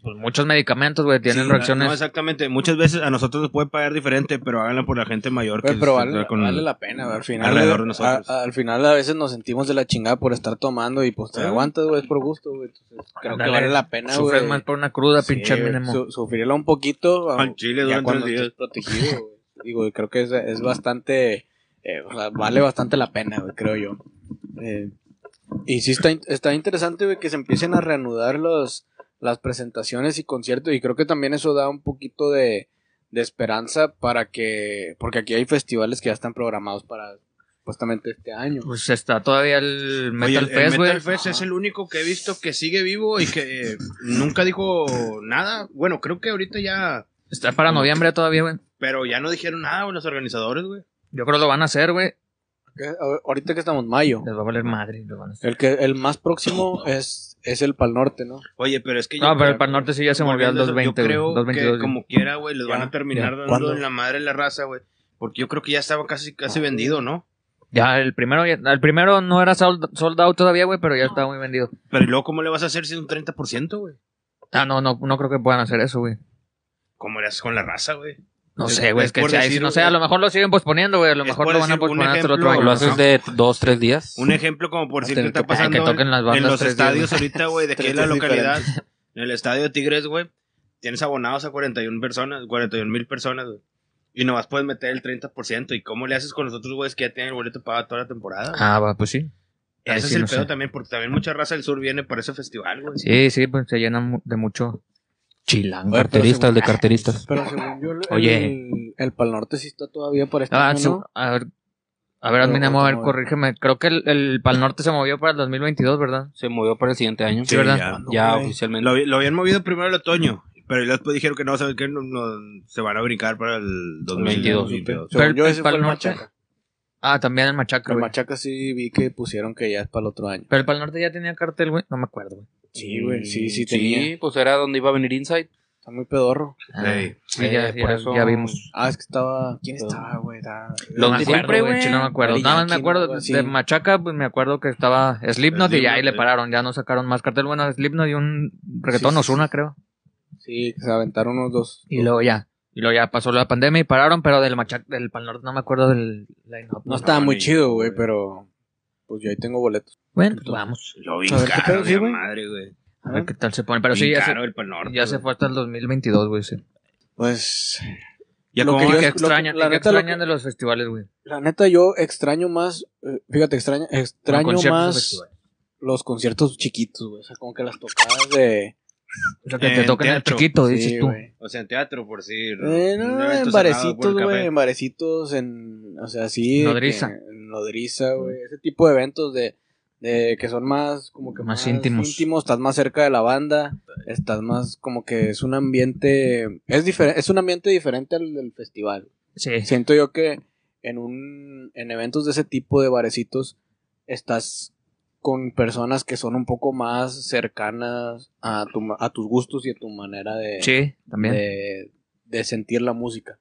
[SPEAKER 2] pues, muchos medicamentos, güey. Tienen
[SPEAKER 3] Sí,
[SPEAKER 2] reacciones.
[SPEAKER 3] No, exactamente. Muchas veces a nosotros nos puede pagar diferente, pero háganlo por la gente mayor
[SPEAKER 1] Güey,
[SPEAKER 3] que
[SPEAKER 1] Pues, pero
[SPEAKER 3] se-
[SPEAKER 1] vale,
[SPEAKER 3] con-
[SPEAKER 1] vale la pena, güey. al final.
[SPEAKER 3] alrededor
[SPEAKER 1] güey,
[SPEAKER 3] de nosotros.
[SPEAKER 1] a- al final a veces nos sentimos de la chingada por estar tomando y pues te
[SPEAKER 3] Ah.
[SPEAKER 1] aguantas, güey, es por gusto, güey. Entonces, creo que
[SPEAKER 2] Ándale.
[SPEAKER 1] vale la pena,
[SPEAKER 2] Sufres
[SPEAKER 1] güey.
[SPEAKER 2] más por una cruda,
[SPEAKER 1] Sí,
[SPEAKER 2] pinche
[SPEAKER 1] güey,
[SPEAKER 2] mínimo.
[SPEAKER 1] su- sufrirla un poquito
[SPEAKER 3] Al chile
[SPEAKER 1] ya
[SPEAKER 3] durante
[SPEAKER 1] cuando
[SPEAKER 3] los días.
[SPEAKER 1] estés protegido, güey. Digo, creo que es, es bastante, eh, o sea, vale bastante la pena, güey, creo yo. Eh, y sí está, in- está interesante, güey, que se empiecen a reanudar los, las presentaciones y conciertos y creo que también eso da un poquito de, de esperanza para que, porque aquí hay festivales que ya están programados para supuestamente este año.
[SPEAKER 2] Pues está todavía el
[SPEAKER 3] Oye,
[SPEAKER 2] Metal
[SPEAKER 3] el- el
[SPEAKER 2] Fest, güey.
[SPEAKER 3] Metal Fest es el único que he visto que sigue vivo y que eh, nunca dijo nada. Bueno, creo que ahorita ya.
[SPEAKER 2] Está para noviembre todavía, güey.
[SPEAKER 3] Pero ya no dijeron nada, güey, los organizadores, güey.
[SPEAKER 2] Yo creo que lo van a hacer, güey.
[SPEAKER 1] Que- a- Ahorita que estamos mayo,
[SPEAKER 2] Les va a valer madre. Lo van a hacer.
[SPEAKER 1] el que el más próximo es, es el Pal Norte, ¿no?
[SPEAKER 3] Oye, pero es que.
[SPEAKER 2] No,
[SPEAKER 3] yo-
[SPEAKER 2] pero el Pan Norte sí ya se movió al
[SPEAKER 3] Volviendo a eso,
[SPEAKER 2] 220,
[SPEAKER 3] Yo
[SPEAKER 2] güey.
[SPEAKER 3] creo
[SPEAKER 2] 222.
[SPEAKER 3] que como quiera, güey, les van
[SPEAKER 1] Ya,
[SPEAKER 3] a terminar
[SPEAKER 1] ya.
[SPEAKER 3] dando
[SPEAKER 1] ¿Cuándo? Ah.
[SPEAKER 3] en la madre la raza, güey. Porque yo creo que ya estaba casi, casi vendido, ¿no?
[SPEAKER 2] Ya, el primero, ya- el primero no era sold, sold out todavía, güey, pero ya estaba muy vendido.
[SPEAKER 3] Pero ¿y luego cómo le vas a hacer si es un 30%, güey?
[SPEAKER 2] Ah, no, no, no creo que puedan hacer eso, güey.
[SPEAKER 3] ¿Cómo le haces con la raza, güey?
[SPEAKER 2] No
[SPEAKER 3] Es-
[SPEAKER 2] sé, güey,
[SPEAKER 3] es
[SPEAKER 2] es que
[SPEAKER 3] por
[SPEAKER 2] si ahí-
[SPEAKER 3] decir,
[SPEAKER 2] no sé, a
[SPEAKER 3] güey.
[SPEAKER 2] lo mejor lo siguen posponiendo, güey, a lo
[SPEAKER 3] Es
[SPEAKER 2] mejor
[SPEAKER 3] por
[SPEAKER 2] lo van a
[SPEAKER 3] decir, un
[SPEAKER 2] posponer hasta el otro
[SPEAKER 3] ejemplo,
[SPEAKER 2] año.
[SPEAKER 4] Lo
[SPEAKER 3] Ajá.
[SPEAKER 4] haces de dos, tres días.
[SPEAKER 3] Un ejemplo como por
[SPEAKER 4] Ah,
[SPEAKER 3] decir
[SPEAKER 4] te-
[SPEAKER 3] que
[SPEAKER 4] que-
[SPEAKER 3] está
[SPEAKER 4] ah,
[SPEAKER 3] pasando
[SPEAKER 2] que toquen
[SPEAKER 3] en-
[SPEAKER 2] las
[SPEAKER 3] en,
[SPEAKER 2] bandas
[SPEAKER 3] los
[SPEAKER 2] tres
[SPEAKER 3] estadios ahorita, güey, de aquí en la
[SPEAKER 1] Tres días
[SPEAKER 3] localidad. En el estadio de Tigres, güey, tienes abonados a 41 personas, 41 mil personas, güey. Y nomás puedes meter el 30%. ¿Y cómo le haces con los otros güeyes que ya tienen el boleto pagado toda la temporada? güey?
[SPEAKER 2] Ah, va, pues sí. ahí
[SPEAKER 3] Ese
[SPEAKER 2] sí
[SPEAKER 3] es el
[SPEAKER 2] no
[SPEAKER 3] pedo
[SPEAKER 2] sé.
[SPEAKER 3] también, porque también mucha raza del sur viene para ese festival, güey.
[SPEAKER 2] Sí, sí, pues se llenan mu- de mucho chilango.
[SPEAKER 1] Oye, pero
[SPEAKER 4] Carteristas, de carteristas.
[SPEAKER 1] Pero según yo, el,
[SPEAKER 2] Oye.
[SPEAKER 1] el, el Pal Norte sí está todavía para este
[SPEAKER 2] Ah,
[SPEAKER 1] año,
[SPEAKER 2] su-
[SPEAKER 1] ¿no?
[SPEAKER 2] a ver, a ver,
[SPEAKER 1] Pero
[SPEAKER 2] Adminemo, a ver,
[SPEAKER 3] eh.
[SPEAKER 1] otro-
[SPEAKER 2] corrígeme. Creo que el, el Pal Norte se movió para el 2022, ¿verdad?
[SPEAKER 4] Se movió para el siguiente año.
[SPEAKER 2] Sí, ¿verdad?
[SPEAKER 3] ya.
[SPEAKER 4] Ya
[SPEAKER 1] Ok.
[SPEAKER 4] oficialmente.
[SPEAKER 3] Lo, vi- lo habían movido primero el otoño, pero después dijeron que no, ¿saben qué? No, no, se van a brincar para el 2022.
[SPEAKER 4] 22.
[SPEAKER 1] Según
[SPEAKER 2] Pero
[SPEAKER 1] yo,
[SPEAKER 2] el
[SPEAKER 1] ese
[SPEAKER 2] Pal
[SPEAKER 1] fue el
[SPEAKER 2] Norte-
[SPEAKER 1] Machaca.
[SPEAKER 2] Ah, también el Machaca,
[SPEAKER 1] El
[SPEAKER 2] güey.
[SPEAKER 1] Machaca sí vi que pusieron que ya es para el otro año.
[SPEAKER 2] Pero el Pal Norte ya tenía cartel, güey. No me acuerdo, güey.
[SPEAKER 1] Sí, güey, sí, sí
[SPEAKER 4] Sí,
[SPEAKER 1] tenía.
[SPEAKER 4] pues era donde iba a venir Inside.
[SPEAKER 1] Está muy pedorro.
[SPEAKER 2] Ah,
[SPEAKER 3] Ey.
[SPEAKER 2] sí,
[SPEAKER 4] Eh,
[SPEAKER 2] ya,
[SPEAKER 4] por
[SPEAKER 2] ya-
[SPEAKER 4] eso-
[SPEAKER 2] ya vimos.
[SPEAKER 1] Ah, es que estaba. ¿Quién
[SPEAKER 4] Pedorro.
[SPEAKER 1] estaba, güey? Era-
[SPEAKER 2] No me
[SPEAKER 4] de
[SPEAKER 2] acuerdo,
[SPEAKER 4] siempre,
[SPEAKER 2] güey. Chile, no me acuerdo.
[SPEAKER 1] Daddy
[SPEAKER 2] Nada más me
[SPEAKER 1] Yankee,
[SPEAKER 2] acuerdo
[SPEAKER 1] algo así.
[SPEAKER 2] de Machaca, pues me acuerdo que estaba Slipknot y ya ahí
[SPEAKER 3] Slipknot,
[SPEAKER 2] le
[SPEAKER 3] eh.
[SPEAKER 2] pararon. Ya no sacaron más cartel. Bueno, Slipknot y un reggaetón
[SPEAKER 1] Sí, sí,
[SPEAKER 2] Ozuna, creo.
[SPEAKER 1] Sí, que se aventaron unos dos.
[SPEAKER 2] Y luego ya. Y luego ya pasó la pandemia y pararon, pero del Machaca, del Pal Norte no me acuerdo del line-up.
[SPEAKER 1] No estaba muy
[SPEAKER 3] ni-
[SPEAKER 1] chido, güey, pero. Pues yo ahí tengo boletos.
[SPEAKER 2] Bueno, pues vamos.
[SPEAKER 3] Lo bien
[SPEAKER 1] A ver, ¿qué
[SPEAKER 3] caro,
[SPEAKER 1] pedo, sí,
[SPEAKER 3] de
[SPEAKER 1] güey?
[SPEAKER 3] madre, güey.
[SPEAKER 2] A ver
[SPEAKER 1] ¿Ah?
[SPEAKER 2] qué tal se pone. Pero sí,
[SPEAKER 3] Bien
[SPEAKER 2] ya se,
[SPEAKER 3] caro el Pal Norte,
[SPEAKER 2] ya se
[SPEAKER 3] güey.
[SPEAKER 2] fue hasta el 2022, güey. Sí.
[SPEAKER 1] Pues.
[SPEAKER 3] Ya
[SPEAKER 1] lo
[SPEAKER 3] como
[SPEAKER 1] que
[SPEAKER 2] ¿Y
[SPEAKER 1] yo-
[SPEAKER 3] van-
[SPEAKER 2] qué
[SPEAKER 1] lo
[SPEAKER 2] extrañan,
[SPEAKER 1] la
[SPEAKER 2] y qué
[SPEAKER 1] neta, lo
[SPEAKER 2] extrañan de los festivales, güey?
[SPEAKER 1] La neta, yo extraño más. eh, Fíjate, extraño,
[SPEAKER 2] Bueno,
[SPEAKER 1] extraño
[SPEAKER 2] conciertos y
[SPEAKER 1] más
[SPEAKER 2] festivales.
[SPEAKER 1] los conciertos chiquitos, güey. O sea, como que las tocadas de.
[SPEAKER 2] O sea, que
[SPEAKER 3] Eh,
[SPEAKER 2] te toquen el
[SPEAKER 3] teatro.
[SPEAKER 2] chiquito,
[SPEAKER 1] Sí,
[SPEAKER 2] dices tú.
[SPEAKER 1] güey.
[SPEAKER 3] O sea, en teatro, por si.
[SPEAKER 1] Eh, no, en barecitos, güey, en barecitos, en, o sea, así. de
[SPEAKER 2] Nodriza.
[SPEAKER 1] que- En nodriza, güey, ese tipo de eventos de, de que son más, como que
[SPEAKER 2] Más íntimos.
[SPEAKER 1] estás más cerca de la banda, estás más, como que es un ambiente, es diferente, es un ambiente diferente al del festival.
[SPEAKER 2] Sí.
[SPEAKER 1] Siento yo que en un, en eventos de ese tipo de barecitos, estás con personas que son un poco más cercanas a, tu, ma- a tus gustos y a tu manera de,
[SPEAKER 2] Sí, también.
[SPEAKER 1] de, de sentir la música.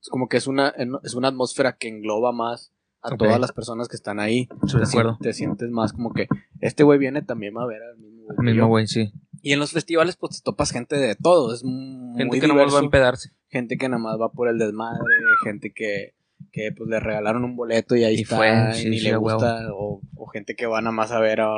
[SPEAKER 1] Es como que es una, en- es una atmósfera que engloba más a
[SPEAKER 2] Ok.
[SPEAKER 1] todas las personas que están ahí.
[SPEAKER 2] Estoy de
[SPEAKER 1] Te sien-
[SPEAKER 2] acuerdo.
[SPEAKER 1] Te sientes más como que este güey viene también va a ver al mismo güey. que yo.
[SPEAKER 2] Mismo, güey, sí.
[SPEAKER 1] Y en los festivales pues te topas gente de todo. Es muy
[SPEAKER 4] Gente que
[SPEAKER 1] diverso.
[SPEAKER 4] no va a empedarse.
[SPEAKER 1] gente que nada más va por el desmadre, gente que, que pues le regalaron un boleto y ahí
[SPEAKER 2] Y
[SPEAKER 1] está
[SPEAKER 2] fue,
[SPEAKER 1] y
[SPEAKER 2] sí,
[SPEAKER 1] ni
[SPEAKER 2] sí,
[SPEAKER 1] le
[SPEAKER 2] a huevo.
[SPEAKER 1] gusta. O, o gente que va nada más a ver a...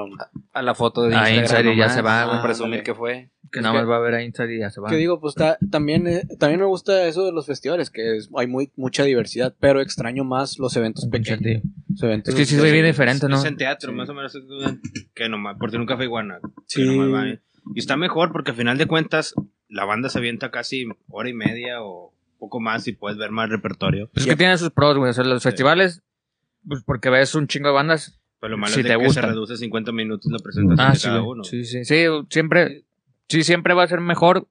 [SPEAKER 4] A la foto de
[SPEAKER 2] Ah,
[SPEAKER 4] Instagram.
[SPEAKER 2] Inside y ya
[SPEAKER 4] nomás,
[SPEAKER 2] se va,
[SPEAKER 4] a
[SPEAKER 1] güey.
[SPEAKER 4] Presumir
[SPEAKER 1] Ándale.
[SPEAKER 4] que fue.
[SPEAKER 2] Que
[SPEAKER 1] Es
[SPEAKER 2] nada
[SPEAKER 1] que-
[SPEAKER 2] más va a ver a Insta y ya se va.
[SPEAKER 1] Que digo, pues ta- también, eh, también me gusta eso de los festivales, que es- hay muy, mucha diversidad, pero extraño más los eventos
[SPEAKER 2] Un
[SPEAKER 1] pequeños.
[SPEAKER 2] conciertillo.
[SPEAKER 1] Los eventos
[SPEAKER 2] Es que sí se
[SPEAKER 1] pequeños.
[SPEAKER 2] ve bien diferente, ¿no?
[SPEAKER 3] Es en teatro,
[SPEAKER 1] Sí.
[SPEAKER 3] más o menos. Que nomás, porque nunca fue iguana. que
[SPEAKER 1] Sí.
[SPEAKER 3] nomás van. Y está mejor porque al final de cuentas la banda se avienta casi hora y media o poco más y puedes ver más repertorio.
[SPEAKER 2] Pues es que tiene sus pros, güey. O sea, los
[SPEAKER 3] Sí.
[SPEAKER 2] festivales, pues porque ves un chingo de bandas.
[SPEAKER 3] Pero lo malo
[SPEAKER 2] Si
[SPEAKER 3] es de
[SPEAKER 2] te
[SPEAKER 3] que
[SPEAKER 2] gusta.
[SPEAKER 3] se reduce a 50 minutos la presentación
[SPEAKER 2] Ah,
[SPEAKER 3] de
[SPEAKER 2] sí,
[SPEAKER 3] cada
[SPEAKER 2] güey.
[SPEAKER 3] uno.
[SPEAKER 2] sí, sí. Sí, siempre, sí, siempre va a ser mejor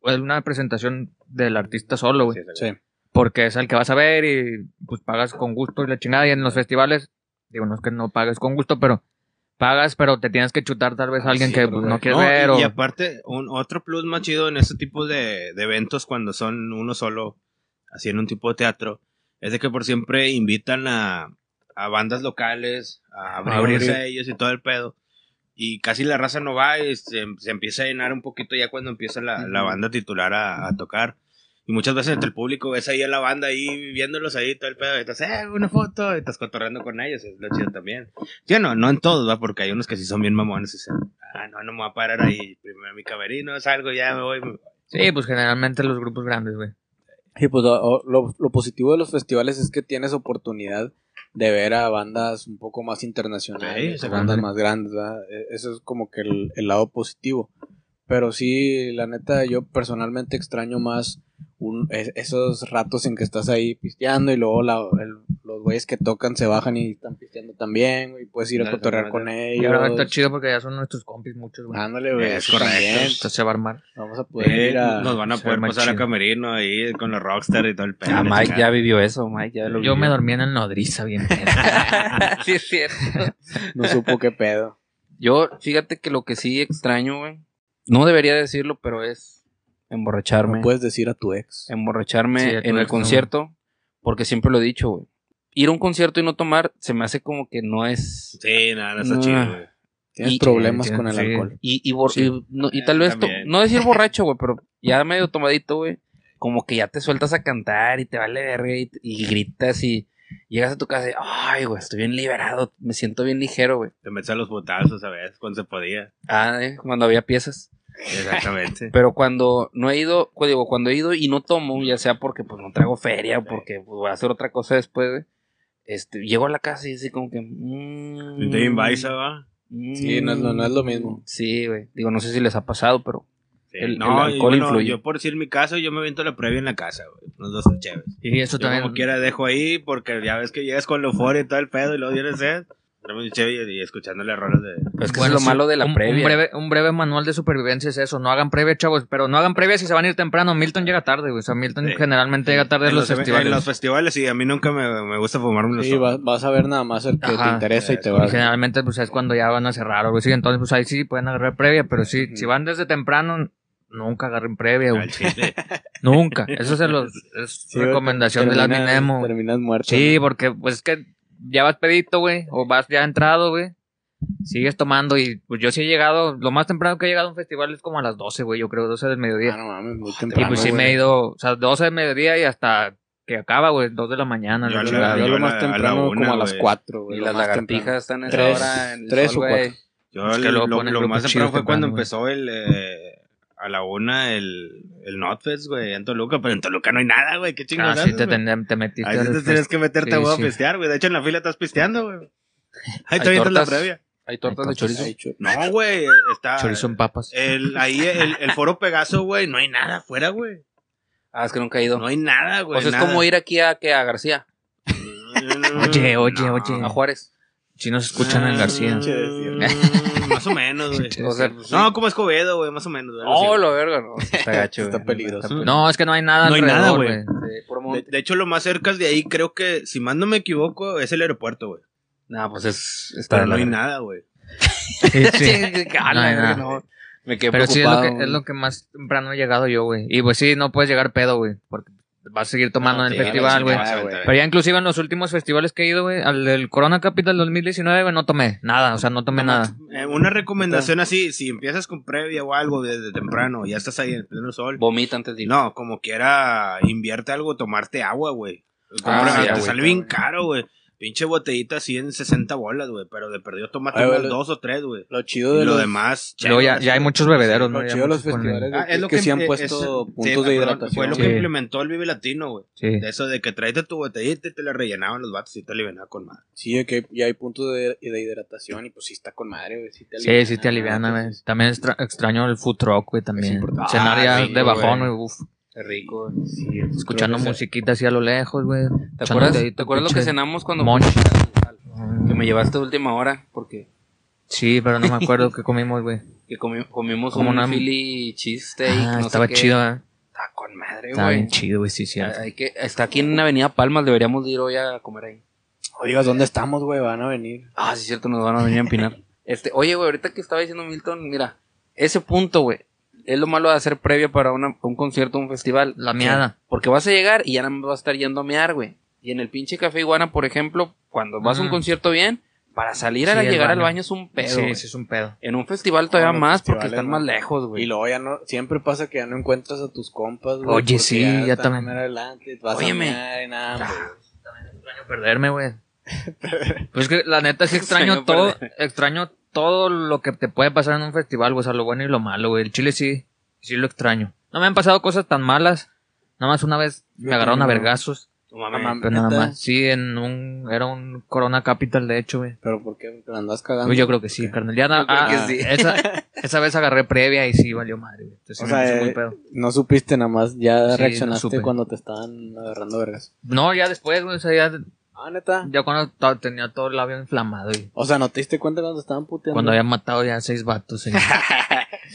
[SPEAKER 2] pues, una presentación del artista solo, güey.
[SPEAKER 3] Sí, exacto.
[SPEAKER 1] Sí.
[SPEAKER 2] Porque es al que vas a ver y pues pagas con gusto y la chingada. Y en los festivales, digo, no es que no pagues con gusto, pero pagas, pero te tienes que chutar tal vez a alguien
[SPEAKER 1] Sí,
[SPEAKER 2] que
[SPEAKER 1] pero,
[SPEAKER 2] pues,
[SPEAKER 1] güey,
[SPEAKER 2] no quieres
[SPEAKER 3] No, y-
[SPEAKER 2] ver.
[SPEAKER 3] y,
[SPEAKER 2] o...
[SPEAKER 3] aparte, un, otro plus más chido en este tipo de, de eventos cuando son uno solo, así en un tipo de teatro, es de que por siempre invitan a, a bandas locales a
[SPEAKER 1] abrir.
[SPEAKER 3] abrirse a ellos y todo el pedo. Y casi la raza no va y se, se empieza a llenar un poquito ya cuando empieza la, la banda titular a, a tocar. Y muchas veces entre el público ves ahí a la banda ahí viéndolos ahí todo el pedo. Y estás, eh, una foto. Y estás cotorreando con ellos. Es lo chido también. Sí, no, no en todos, va, porque hay unos que sí son bien mamones. y dicen, ah, no, no me voy a parar ahí. Primero mi camerino, salgo, ya me voy. me-
[SPEAKER 2] Sí, pues generalmente los grupos grandes, güey.
[SPEAKER 1] Sí, pues lo, lo- lo positivo de los festivales es que tienes oportunidad de ver a bandas un poco más internacionales,
[SPEAKER 3] Sí,
[SPEAKER 1] a bandas
[SPEAKER 2] ándale.
[SPEAKER 1] más grandes, ¿verdad? E- Eso es como que el, el lado positivo. Pero sí, la neta, yo personalmente extraño más un- es- esos ratos en que estás ahí pisteando y luego la- el- los güeyes que tocan se bajan y están pisteando también, y puedes ir a
[SPEAKER 3] No,
[SPEAKER 1] cotorrear
[SPEAKER 3] no,
[SPEAKER 1] con
[SPEAKER 3] no.
[SPEAKER 2] Y ahora está
[SPEAKER 1] ellos.
[SPEAKER 2] chido porque ya son nuestros compis muchos,
[SPEAKER 4] Ah,
[SPEAKER 2] güey.
[SPEAKER 1] Ándale, güey.
[SPEAKER 3] Es
[SPEAKER 1] eso
[SPEAKER 3] correcto.
[SPEAKER 1] también.
[SPEAKER 2] Entonces se va a armar.
[SPEAKER 1] Vamos a poder
[SPEAKER 3] Eh,
[SPEAKER 1] ir a...
[SPEAKER 3] nos van a
[SPEAKER 2] se
[SPEAKER 3] poder
[SPEAKER 2] arma
[SPEAKER 3] pasar a
[SPEAKER 2] chido.
[SPEAKER 3] Camerino ahí con los Rockstar y todo el pedo. la
[SPEAKER 4] Ah, Mike ya
[SPEAKER 3] chingada.
[SPEAKER 4] vivió eso, Mike ya lo vivió.
[SPEAKER 2] Yo me dormí en el nodriza bien.
[SPEAKER 4] sí, es cierto.
[SPEAKER 1] No supo qué pedo.
[SPEAKER 4] Yo, fíjate que lo que sí extraño, güey, no debería decirlo, pero es emborracharme.
[SPEAKER 1] No puedes decir a tu ex.
[SPEAKER 4] emborracharme
[SPEAKER 2] Sí, a tu
[SPEAKER 4] en el
[SPEAKER 2] ex, ¿no?
[SPEAKER 4] concierto, porque siempre lo he dicho, güey. Ir a un concierto y no tomar se me hace como que no es...
[SPEAKER 3] Sí, nada, no
[SPEAKER 4] No.
[SPEAKER 3] está chido, güey.
[SPEAKER 1] Tienes
[SPEAKER 4] Y-
[SPEAKER 1] problemas
[SPEAKER 2] sí,
[SPEAKER 1] con el
[SPEAKER 2] sí.
[SPEAKER 1] alcohol.
[SPEAKER 4] Y, y, bor-
[SPEAKER 2] Sí.
[SPEAKER 4] y no- y
[SPEAKER 3] Eh,
[SPEAKER 4] tal vez, to-
[SPEAKER 3] también.
[SPEAKER 4] no decir borracho, güey, pero ya medio tomadito, güey, como que ya te sueltas a cantar y te vale verga y, y gritas y llegas a tu casa y, ay, güey, estoy bien liberado, me siento bien ligero, güey.
[SPEAKER 3] Te metes a los botazos a veces cuando se podía.
[SPEAKER 4] Ah, eh, cuando había piezas.
[SPEAKER 3] Exactamente.
[SPEAKER 4] Pero cuando no he ido, cu- digo, cuando he ido y no tomo, ya sea porque pues no traigo feria o porque pues, voy a hacer otra cosa después, güey, este, llego a la casa y así como que... mm,
[SPEAKER 3] Te invaisa, va.
[SPEAKER 4] mm,
[SPEAKER 1] Sí, no es- no- no es lo
[SPEAKER 2] Mm.
[SPEAKER 1] mismo.
[SPEAKER 4] Sí, güey. Digo, no sé si les ha pasado, pero...
[SPEAKER 3] Sí,
[SPEAKER 4] El-
[SPEAKER 3] no,
[SPEAKER 4] el alcohol
[SPEAKER 3] yo, no,
[SPEAKER 4] influye.
[SPEAKER 3] yo por decir mi caso, yo me aviento la previa en la casa, güey. Unos dos chéveres.
[SPEAKER 2] Y eso
[SPEAKER 3] Yo
[SPEAKER 2] también.
[SPEAKER 3] como quiera dejo ahí porque ya ves que llegas con la euforia y todo el pedo y luego tienes sed. Traemos un chévere y escuchando las rolas de...
[SPEAKER 4] Pues que
[SPEAKER 2] Bueno,
[SPEAKER 4] eso es
[SPEAKER 2] sí,
[SPEAKER 4] lo malo de la
[SPEAKER 2] un-
[SPEAKER 4] previa.
[SPEAKER 2] Un breve, un breve manual de supervivencia es eso. No hagan previa, chavos. Pero no hagan previa si se van a ir temprano. Milton llega tarde, güey. O sea, Milton
[SPEAKER 3] Sí.
[SPEAKER 2] generalmente llega tarde a
[SPEAKER 3] en
[SPEAKER 2] los
[SPEAKER 3] en
[SPEAKER 2] festivales.
[SPEAKER 3] los festivales, sí, a mí nunca me, me gusta fumarme los
[SPEAKER 1] Sí,
[SPEAKER 3] ojos.
[SPEAKER 1] vas, vas a ver nada más el que te
[SPEAKER 2] Ajá.
[SPEAKER 1] interesa y te
[SPEAKER 3] Eh,
[SPEAKER 2] Y
[SPEAKER 1] vas.
[SPEAKER 2] generalmente, pues es cuando ya van a cerrar, güey. Sí, entonces, pues ahí sí pueden agarrar previa. Pero sí,
[SPEAKER 1] Ujú.
[SPEAKER 2] si van desde temprano, nunca agarren previa, güey.
[SPEAKER 3] Al chile.
[SPEAKER 2] Nunca. Eso se los, es
[SPEAKER 1] Sí,
[SPEAKER 2] recomendación de la
[SPEAKER 1] terminas-
[SPEAKER 2] Minemo. güey.
[SPEAKER 1] Terminas muerto.
[SPEAKER 2] Sí, porque pues es que ya vas pedito, güey, o vas ya entrado, güey. Sigues tomando y pues yo sí he llegado, lo más temprano que he llegado a un festival es como a las 12, güey, yo creo, 12 del
[SPEAKER 1] Ah,
[SPEAKER 2] mediodía.
[SPEAKER 1] no mames, muy
[SPEAKER 2] y
[SPEAKER 1] temprano.
[SPEAKER 2] pues sí
[SPEAKER 1] güey.
[SPEAKER 2] me he ido, o sea, 12 del mediodía y hasta que acaba, güey, 2 de la mañana.
[SPEAKER 3] Yo
[SPEAKER 2] la
[SPEAKER 3] a la-
[SPEAKER 2] chingada.
[SPEAKER 1] Yo
[SPEAKER 3] a
[SPEAKER 1] lo
[SPEAKER 3] la-
[SPEAKER 1] más
[SPEAKER 3] a la
[SPEAKER 1] temprano
[SPEAKER 3] una,
[SPEAKER 1] como a las
[SPEAKER 3] güey.
[SPEAKER 1] 4, güey.
[SPEAKER 4] y
[SPEAKER 1] lo
[SPEAKER 4] las
[SPEAKER 1] más temprano.
[SPEAKER 4] lagartijas están en esa
[SPEAKER 1] Tres-
[SPEAKER 4] hora en el
[SPEAKER 1] tres
[SPEAKER 4] sol,
[SPEAKER 1] o
[SPEAKER 4] güey.
[SPEAKER 1] cuatro.
[SPEAKER 3] Yo
[SPEAKER 2] Es que
[SPEAKER 3] lo,
[SPEAKER 2] luego
[SPEAKER 3] lo-
[SPEAKER 2] ponen
[SPEAKER 3] lo
[SPEAKER 2] grupos
[SPEAKER 3] más temprano
[SPEAKER 2] chidos
[SPEAKER 3] fue cuando
[SPEAKER 2] temprano,
[SPEAKER 3] empezó el eh, a la una el, el Notfest, güey, en Toluca, pero en Toluca no hay nada, güey, qué
[SPEAKER 2] Ah,
[SPEAKER 3] chingados.
[SPEAKER 2] sí, te, ten- te metiste.
[SPEAKER 3] Ahí sí
[SPEAKER 2] al
[SPEAKER 3] te
[SPEAKER 2] fest-
[SPEAKER 3] tienes que meterte
[SPEAKER 2] Sí,
[SPEAKER 3] güey,
[SPEAKER 2] sí.
[SPEAKER 3] a pistear, güey. De hecho, en la fila estás pisteando, güey. Ahí te
[SPEAKER 4] Hay
[SPEAKER 3] avientas la
[SPEAKER 4] tortas.
[SPEAKER 3] previa.
[SPEAKER 4] Hay tortas de
[SPEAKER 2] Hay tortas.
[SPEAKER 4] chorizo.
[SPEAKER 1] Ay, chu-
[SPEAKER 3] No, güey, está...
[SPEAKER 2] Chorizo en papas.
[SPEAKER 3] El, ahí el, el foro Pegaso, güey, no hay nada afuera, güey.
[SPEAKER 4] Ah, es que nunca he ido.
[SPEAKER 3] No hay nada, güey.
[SPEAKER 4] o sea, es
[SPEAKER 3] nada.
[SPEAKER 4] como ir aquí a, que a García,
[SPEAKER 2] Oye,
[SPEAKER 3] Mm.
[SPEAKER 2] oye, oye.
[SPEAKER 4] a Juárez.
[SPEAKER 2] Si nos escuchan en García.
[SPEAKER 1] Pinche desierto.
[SPEAKER 3] Ah, Mm, Más o menos, güey.
[SPEAKER 4] O sea, pues, sí.
[SPEAKER 3] No, como Escobedo, güey, más o menos. güey, algo así,
[SPEAKER 4] Oh,
[SPEAKER 3] güey.
[SPEAKER 4] lo verga, no. sí Está gacho,
[SPEAKER 1] Está
[SPEAKER 4] güey.
[SPEAKER 1] peligroso.
[SPEAKER 4] Está pe-
[SPEAKER 2] No, es que no hay nada
[SPEAKER 3] No hay
[SPEAKER 2] alrededor,
[SPEAKER 3] nada, güey.
[SPEAKER 2] güey.
[SPEAKER 4] sí, puro
[SPEAKER 3] De,
[SPEAKER 4] monte.
[SPEAKER 3] de hecho, lo más cerca de ahí, creo que, si más no me equivoco, es el aeropuerto, güey.
[SPEAKER 4] Nah, pues es. Está
[SPEAKER 3] Pero
[SPEAKER 4] de
[SPEAKER 3] no
[SPEAKER 4] la
[SPEAKER 3] hay
[SPEAKER 4] verga.
[SPEAKER 3] nada, güey.
[SPEAKER 2] Sí, sí.
[SPEAKER 4] Ah,
[SPEAKER 2] No
[SPEAKER 4] la
[SPEAKER 2] hay nada.
[SPEAKER 4] verga, no. Me quedé
[SPEAKER 2] Pero sí es lo,
[SPEAKER 4] preocupado.
[SPEAKER 2] que, es lo que más temprano he llegado yo, güey. Y pues sí, no puedes llegar pedo, güey. Porque vas a seguir tomando
[SPEAKER 3] No,
[SPEAKER 2] en el
[SPEAKER 3] sí,
[SPEAKER 2] festival,
[SPEAKER 3] sí,
[SPEAKER 2] güey.
[SPEAKER 3] vas a aventar,
[SPEAKER 2] Pero ya inclusive en los últimos festivales que he ido, güey, al del Corona Capital 2019, güey, no tomé nada. O sea, no tomé nada.
[SPEAKER 3] Eh, una recomendación así, si empiezas con previa o algo desde temprano, ya estás ahí en pleno sol.
[SPEAKER 4] Vomita antes de ir.
[SPEAKER 3] No, como quiera, invierte algo, tomarte agua, güey.
[SPEAKER 2] Ah,
[SPEAKER 3] Compra-
[SPEAKER 4] sí,
[SPEAKER 3] te
[SPEAKER 4] agüita,
[SPEAKER 3] sale bien caro, güey. Pinche botellita así en 60 bolas, güey. Pero de perdido tomate
[SPEAKER 1] Ay,
[SPEAKER 3] unas
[SPEAKER 1] vale.
[SPEAKER 3] dos o tres, güey.
[SPEAKER 1] Lo
[SPEAKER 3] Y
[SPEAKER 1] chido de
[SPEAKER 3] lo
[SPEAKER 1] los,
[SPEAKER 3] demás,
[SPEAKER 2] Luego ya, ya hay muchos bebederos, ¿no?
[SPEAKER 1] lo
[SPEAKER 2] Ya
[SPEAKER 1] chido de los
[SPEAKER 2] muchos con-
[SPEAKER 1] festivales
[SPEAKER 3] Ah,
[SPEAKER 1] es, que, sí han puesto
[SPEAKER 3] es- sí,
[SPEAKER 1] puntos de
[SPEAKER 3] perdón,
[SPEAKER 1] hidratación.
[SPEAKER 3] Fue lo
[SPEAKER 2] Sí.
[SPEAKER 3] que implementó el Vive Latino, güey.
[SPEAKER 2] Sí.
[SPEAKER 3] De eso de que traíste tu botellita y te la rellenaban los vatos y te alivianaban con madre.
[SPEAKER 1] Sí, de que ya hay puntos de, de hidratación y pues sí está con madre, güey. Sí, te
[SPEAKER 2] Sí,
[SPEAKER 1] aliviana,
[SPEAKER 2] sí te aliviana,
[SPEAKER 1] ¿no?
[SPEAKER 2] güey.
[SPEAKER 1] Entonces,
[SPEAKER 2] También extra- extraño el food truck, güey,
[SPEAKER 1] Es
[SPEAKER 2] también.
[SPEAKER 1] importante.
[SPEAKER 2] Cenar
[SPEAKER 3] Ah,
[SPEAKER 2] ya
[SPEAKER 3] sí,
[SPEAKER 2] de bajón,
[SPEAKER 3] güey.
[SPEAKER 2] güey, uf.
[SPEAKER 4] Qué rico.
[SPEAKER 1] sí, el food
[SPEAKER 2] Escuchando
[SPEAKER 1] truck es-
[SPEAKER 2] musiquita así a lo lejos, güey.
[SPEAKER 4] ¿Te
[SPEAKER 2] Echándote
[SPEAKER 4] acuerdas,
[SPEAKER 2] ahí
[SPEAKER 4] ¿te
[SPEAKER 2] tu
[SPEAKER 4] acuerdas lo que
[SPEAKER 2] pinche
[SPEAKER 4] cenamos cuando
[SPEAKER 2] monch.
[SPEAKER 4] que me llevaste a última hora? Porque
[SPEAKER 2] Sí, pero no me acuerdo qué comimos, güey.
[SPEAKER 4] que comi- comimos
[SPEAKER 2] Como
[SPEAKER 4] un
[SPEAKER 2] una-
[SPEAKER 4] Philly cheesesteak.
[SPEAKER 2] Ah,
[SPEAKER 4] no sé
[SPEAKER 2] estaba
[SPEAKER 4] qué.
[SPEAKER 2] chido, eh.
[SPEAKER 4] Está con madre,
[SPEAKER 2] Estaba
[SPEAKER 4] güey.
[SPEAKER 2] bien chido, güey, sí, cierto.
[SPEAKER 4] Hay que, está aquí en Avenida Palmas, deberíamos de ir hoy a comer ahí.
[SPEAKER 1] Oigas, ¿dónde estamos, güey? Van a venir.
[SPEAKER 4] Ah, sí, es cierto, nos van a venir a empinar. este, oye, güey, ahorita que estaba diciendo Milton, mira, ese punto, güey, es lo malo de hacer previa para una- un concierto, un festival.
[SPEAKER 2] La miada.
[SPEAKER 4] Porque vas a llegar y ya no me vas a estar yendo a mear, güey. Y en el pinche Café Iguana, por ejemplo, cuando vas a un
[SPEAKER 2] Mm.
[SPEAKER 4] concierto bien, para salir
[SPEAKER 2] Sí,
[SPEAKER 4] a la-
[SPEAKER 2] el
[SPEAKER 4] llegar al
[SPEAKER 2] baño.
[SPEAKER 4] baño es un pedo.
[SPEAKER 2] Sí,
[SPEAKER 4] güey.
[SPEAKER 2] sí, es un pedo.
[SPEAKER 4] En un festival todavía
[SPEAKER 1] No, los
[SPEAKER 4] más porque
[SPEAKER 1] festivales,
[SPEAKER 4] están
[SPEAKER 1] ¿no?
[SPEAKER 4] más lejos, güey.
[SPEAKER 1] Y luego ya no, siempre pasa que ya no encuentras a tus compas, güey.
[SPEAKER 2] Oye,
[SPEAKER 1] porque
[SPEAKER 2] sí, ya
[SPEAKER 1] están
[SPEAKER 2] también. Ah.
[SPEAKER 1] mero Adelante, vas
[SPEAKER 4] Óyeme.
[SPEAKER 1] a mear y nada, güey.
[SPEAKER 2] Extraño perderme, güey. pues que la neta sí extraño
[SPEAKER 4] Extraño
[SPEAKER 2] todo, extraño todo lo que te puede pasar en un festival, güey, o sea, lo bueno y lo malo, güey. El chile sí, sí lo extraño. No me han pasado cosas tan malas. Nada más una vez me agarraron a vergazos.
[SPEAKER 3] No mames.
[SPEAKER 1] mames.
[SPEAKER 2] Pero nada
[SPEAKER 1] ¿Neta?
[SPEAKER 2] más. Sí, en un, era un Corona Capital, de hecho, güey.
[SPEAKER 1] Pero ¿por qué? ¿Te la andas cagando?
[SPEAKER 2] Uy, Pues Yo creo que sí,
[SPEAKER 1] Ok.
[SPEAKER 2] carnal. Ya na-
[SPEAKER 4] creo
[SPEAKER 2] ah,
[SPEAKER 4] que sí.
[SPEAKER 2] Esa, esa vez agarré previa y sí valió madre. güey. Entonces,
[SPEAKER 1] O
[SPEAKER 2] sí
[SPEAKER 1] sea,
[SPEAKER 2] me puse
[SPEAKER 1] eh,
[SPEAKER 2] muy pedo.
[SPEAKER 1] No supiste nada más, ya
[SPEAKER 2] Sí, no
[SPEAKER 1] reaccionaste
[SPEAKER 2] supe.
[SPEAKER 1] cuando te estaban agarrando vergas.
[SPEAKER 2] No, ya después, güey. O sea, ya,
[SPEAKER 1] Ah, neta.
[SPEAKER 2] ya cuando to- tenía todo el labio inflamado y
[SPEAKER 1] O sea, ¿no te diste cuenta cuando estaban
[SPEAKER 4] Este,
[SPEAKER 1] puteando?
[SPEAKER 2] cuando había matado ya seis vatos. señor.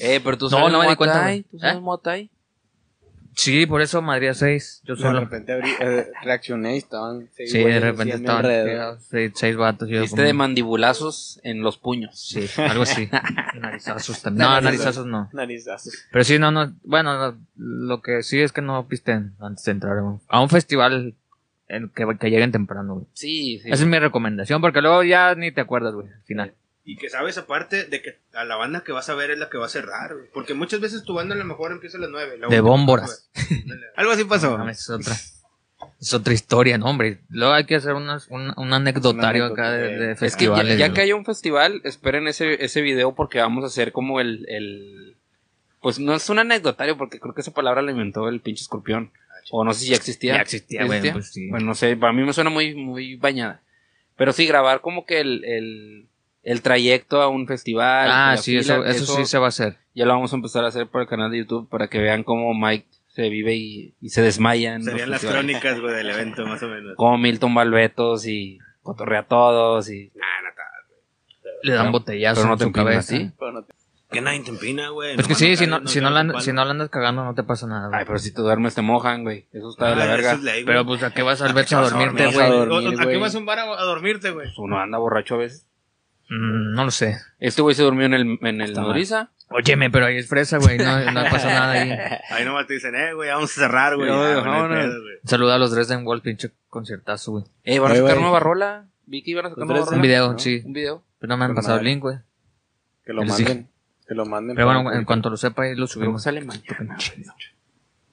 [SPEAKER 4] Eh, pero tú
[SPEAKER 2] No,
[SPEAKER 4] sabes
[SPEAKER 2] no me di
[SPEAKER 4] Muay
[SPEAKER 2] cuenta,
[SPEAKER 4] Thai,
[SPEAKER 2] güey.
[SPEAKER 4] ¿Tú sabes
[SPEAKER 2] ¿Eh?
[SPEAKER 4] Muay Thai?
[SPEAKER 2] sí, por eso madría seis. Yo
[SPEAKER 1] De
[SPEAKER 2] solo.
[SPEAKER 1] repente abrí- eh, reaccioné y estaban... seis
[SPEAKER 2] Sí, de
[SPEAKER 1] güeyes
[SPEAKER 2] repente
[SPEAKER 1] así a mi
[SPEAKER 2] estaban
[SPEAKER 1] alrededor.
[SPEAKER 2] tirados seis, seis vatos. y yo
[SPEAKER 4] Viste
[SPEAKER 2] como-
[SPEAKER 4] de mandibulazos en los puños.
[SPEAKER 2] Sí, algo así. narizazos también. No, narizazos no.
[SPEAKER 1] Narizazos.
[SPEAKER 2] Pero sí, no, no. Bueno, no, lo que sí es que no pisten antes de entrar a un, a un festival en que, que lleguen temprano, güey.
[SPEAKER 4] Sí, sí.
[SPEAKER 2] Esa es mi recomendación, porque luego ya ni te acuerdas, güey, al final.
[SPEAKER 3] Y que sabes aparte de que a la banda que vas a ver es la que va a cerrar, güey. Porque muchas veces tu banda a lo mejor empieza a las 9.
[SPEAKER 2] De Bómboras.
[SPEAKER 3] Algo así pasó.
[SPEAKER 2] No, mames, es otra. Es otra historia, ¿no, hombre? Luego hay que hacer unas, un, un anecdotario
[SPEAKER 1] anécdota,
[SPEAKER 2] acá de, de
[SPEAKER 1] güey.
[SPEAKER 4] Es que Ah, ya,
[SPEAKER 2] festivales.
[SPEAKER 4] ya
[SPEAKER 2] güey.
[SPEAKER 4] que haya un festival, esperen ese, ese video porque vamos a hacer como el, el- Pues no es un anecdotario porque creo que esa palabra la inventó el pinche escorpión. O no sé si ya existía.
[SPEAKER 2] Ya existía, güey. Pues sí.
[SPEAKER 4] Bueno, no sé, para mí me suena muy, muy bañada. Pero sí, grabar como que el, el, el trayecto a un festival.
[SPEAKER 2] ah,
[SPEAKER 4] la
[SPEAKER 2] sí,
[SPEAKER 4] fila,
[SPEAKER 2] eso, eso sí se va a hacer.
[SPEAKER 4] Ya lo vamos a empezar a hacer por el canal de YouTube para que vean cómo Mike se vive y, y se desmaya. en los
[SPEAKER 3] Serían las
[SPEAKER 4] festivales.
[SPEAKER 3] crónicas, güey, del evento, más o menos.
[SPEAKER 4] Como Milton Balbetos y cotorrea a todos y...
[SPEAKER 3] Nah, nah, nah.
[SPEAKER 2] Le dan
[SPEAKER 4] Pero-
[SPEAKER 2] botellazo
[SPEAKER 4] pero no
[SPEAKER 2] en
[SPEAKER 4] te
[SPEAKER 2] su
[SPEAKER 4] empinas,
[SPEAKER 2] cabeza.
[SPEAKER 4] ¿sí?
[SPEAKER 1] Pero no te-
[SPEAKER 3] Que nadie te empina, güey.
[SPEAKER 2] Pues Es que
[SPEAKER 3] Nomás
[SPEAKER 2] sí, si
[SPEAKER 3] cargas,
[SPEAKER 2] no, si, no la,
[SPEAKER 3] cargas
[SPEAKER 2] and-
[SPEAKER 3] palo.
[SPEAKER 2] si no la andas cagando, no te pasa nada. güey.
[SPEAKER 4] Ay, pero si te duermes te mojan, güey. Eso está de la
[SPEAKER 3] Ah,
[SPEAKER 4] verga.
[SPEAKER 3] eso es ley, güey.
[SPEAKER 2] Pero pues, ¿a qué vas al Betis a
[SPEAKER 3] Vas
[SPEAKER 2] dormirte,
[SPEAKER 1] dormir,
[SPEAKER 2] güey?
[SPEAKER 1] vas a
[SPEAKER 3] O- o-
[SPEAKER 1] dormir,
[SPEAKER 3] ¿A qué
[SPEAKER 1] güey.
[SPEAKER 3] vas a un bar a, a dormirte, güey?
[SPEAKER 4] Uno anda borracho a veces.
[SPEAKER 2] Mm, no lo sé.
[SPEAKER 4] Este güey se durmió en el, en el
[SPEAKER 1] Está mal.
[SPEAKER 4] nodriza.
[SPEAKER 2] Óyeme, pero ahí es fresa, güey. No, no pasa nada ahí.
[SPEAKER 3] Ahí nomás te dicen, eh, güey, vamos a cerrar, güey.
[SPEAKER 4] No,
[SPEAKER 3] Ah,
[SPEAKER 4] no,
[SPEAKER 3] bueno,
[SPEAKER 4] no.
[SPEAKER 3] hay pedo, güey.
[SPEAKER 2] Saluda a los Dresden Wall, pinche conciertazo, güey.
[SPEAKER 4] Eh, van a
[SPEAKER 1] Oye,
[SPEAKER 4] sacar
[SPEAKER 1] güey.
[SPEAKER 4] nueva rola. Vi que iban a sacar
[SPEAKER 1] Los
[SPEAKER 4] nueva
[SPEAKER 1] tres
[SPEAKER 4] rola.
[SPEAKER 2] Un video,
[SPEAKER 1] ¿no?
[SPEAKER 2] sí.
[SPEAKER 4] Un video.
[SPEAKER 2] Pero no me han
[SPEAKER 1] Con
[SPEAKER 2] pasado el
[SPEAKER 1] madre.
[SPEAKER 2] link, güey.
[SPEAKER 1] Que lo
[SPEAKER 2] Les dije.
[SPEAKER 1] manden. Que lo manden.
[SPEAKER 2] Pero
[SPEAKER 1] para-
[SPEAKER 2] bueno, en cuanto lo sepa, ahí lo
[SPEAKER 4] Creo que
[SPEAKER 2] subimos.
[SPEAKER 4] sale mañana.
[SPEAKER 2] Tocan chido.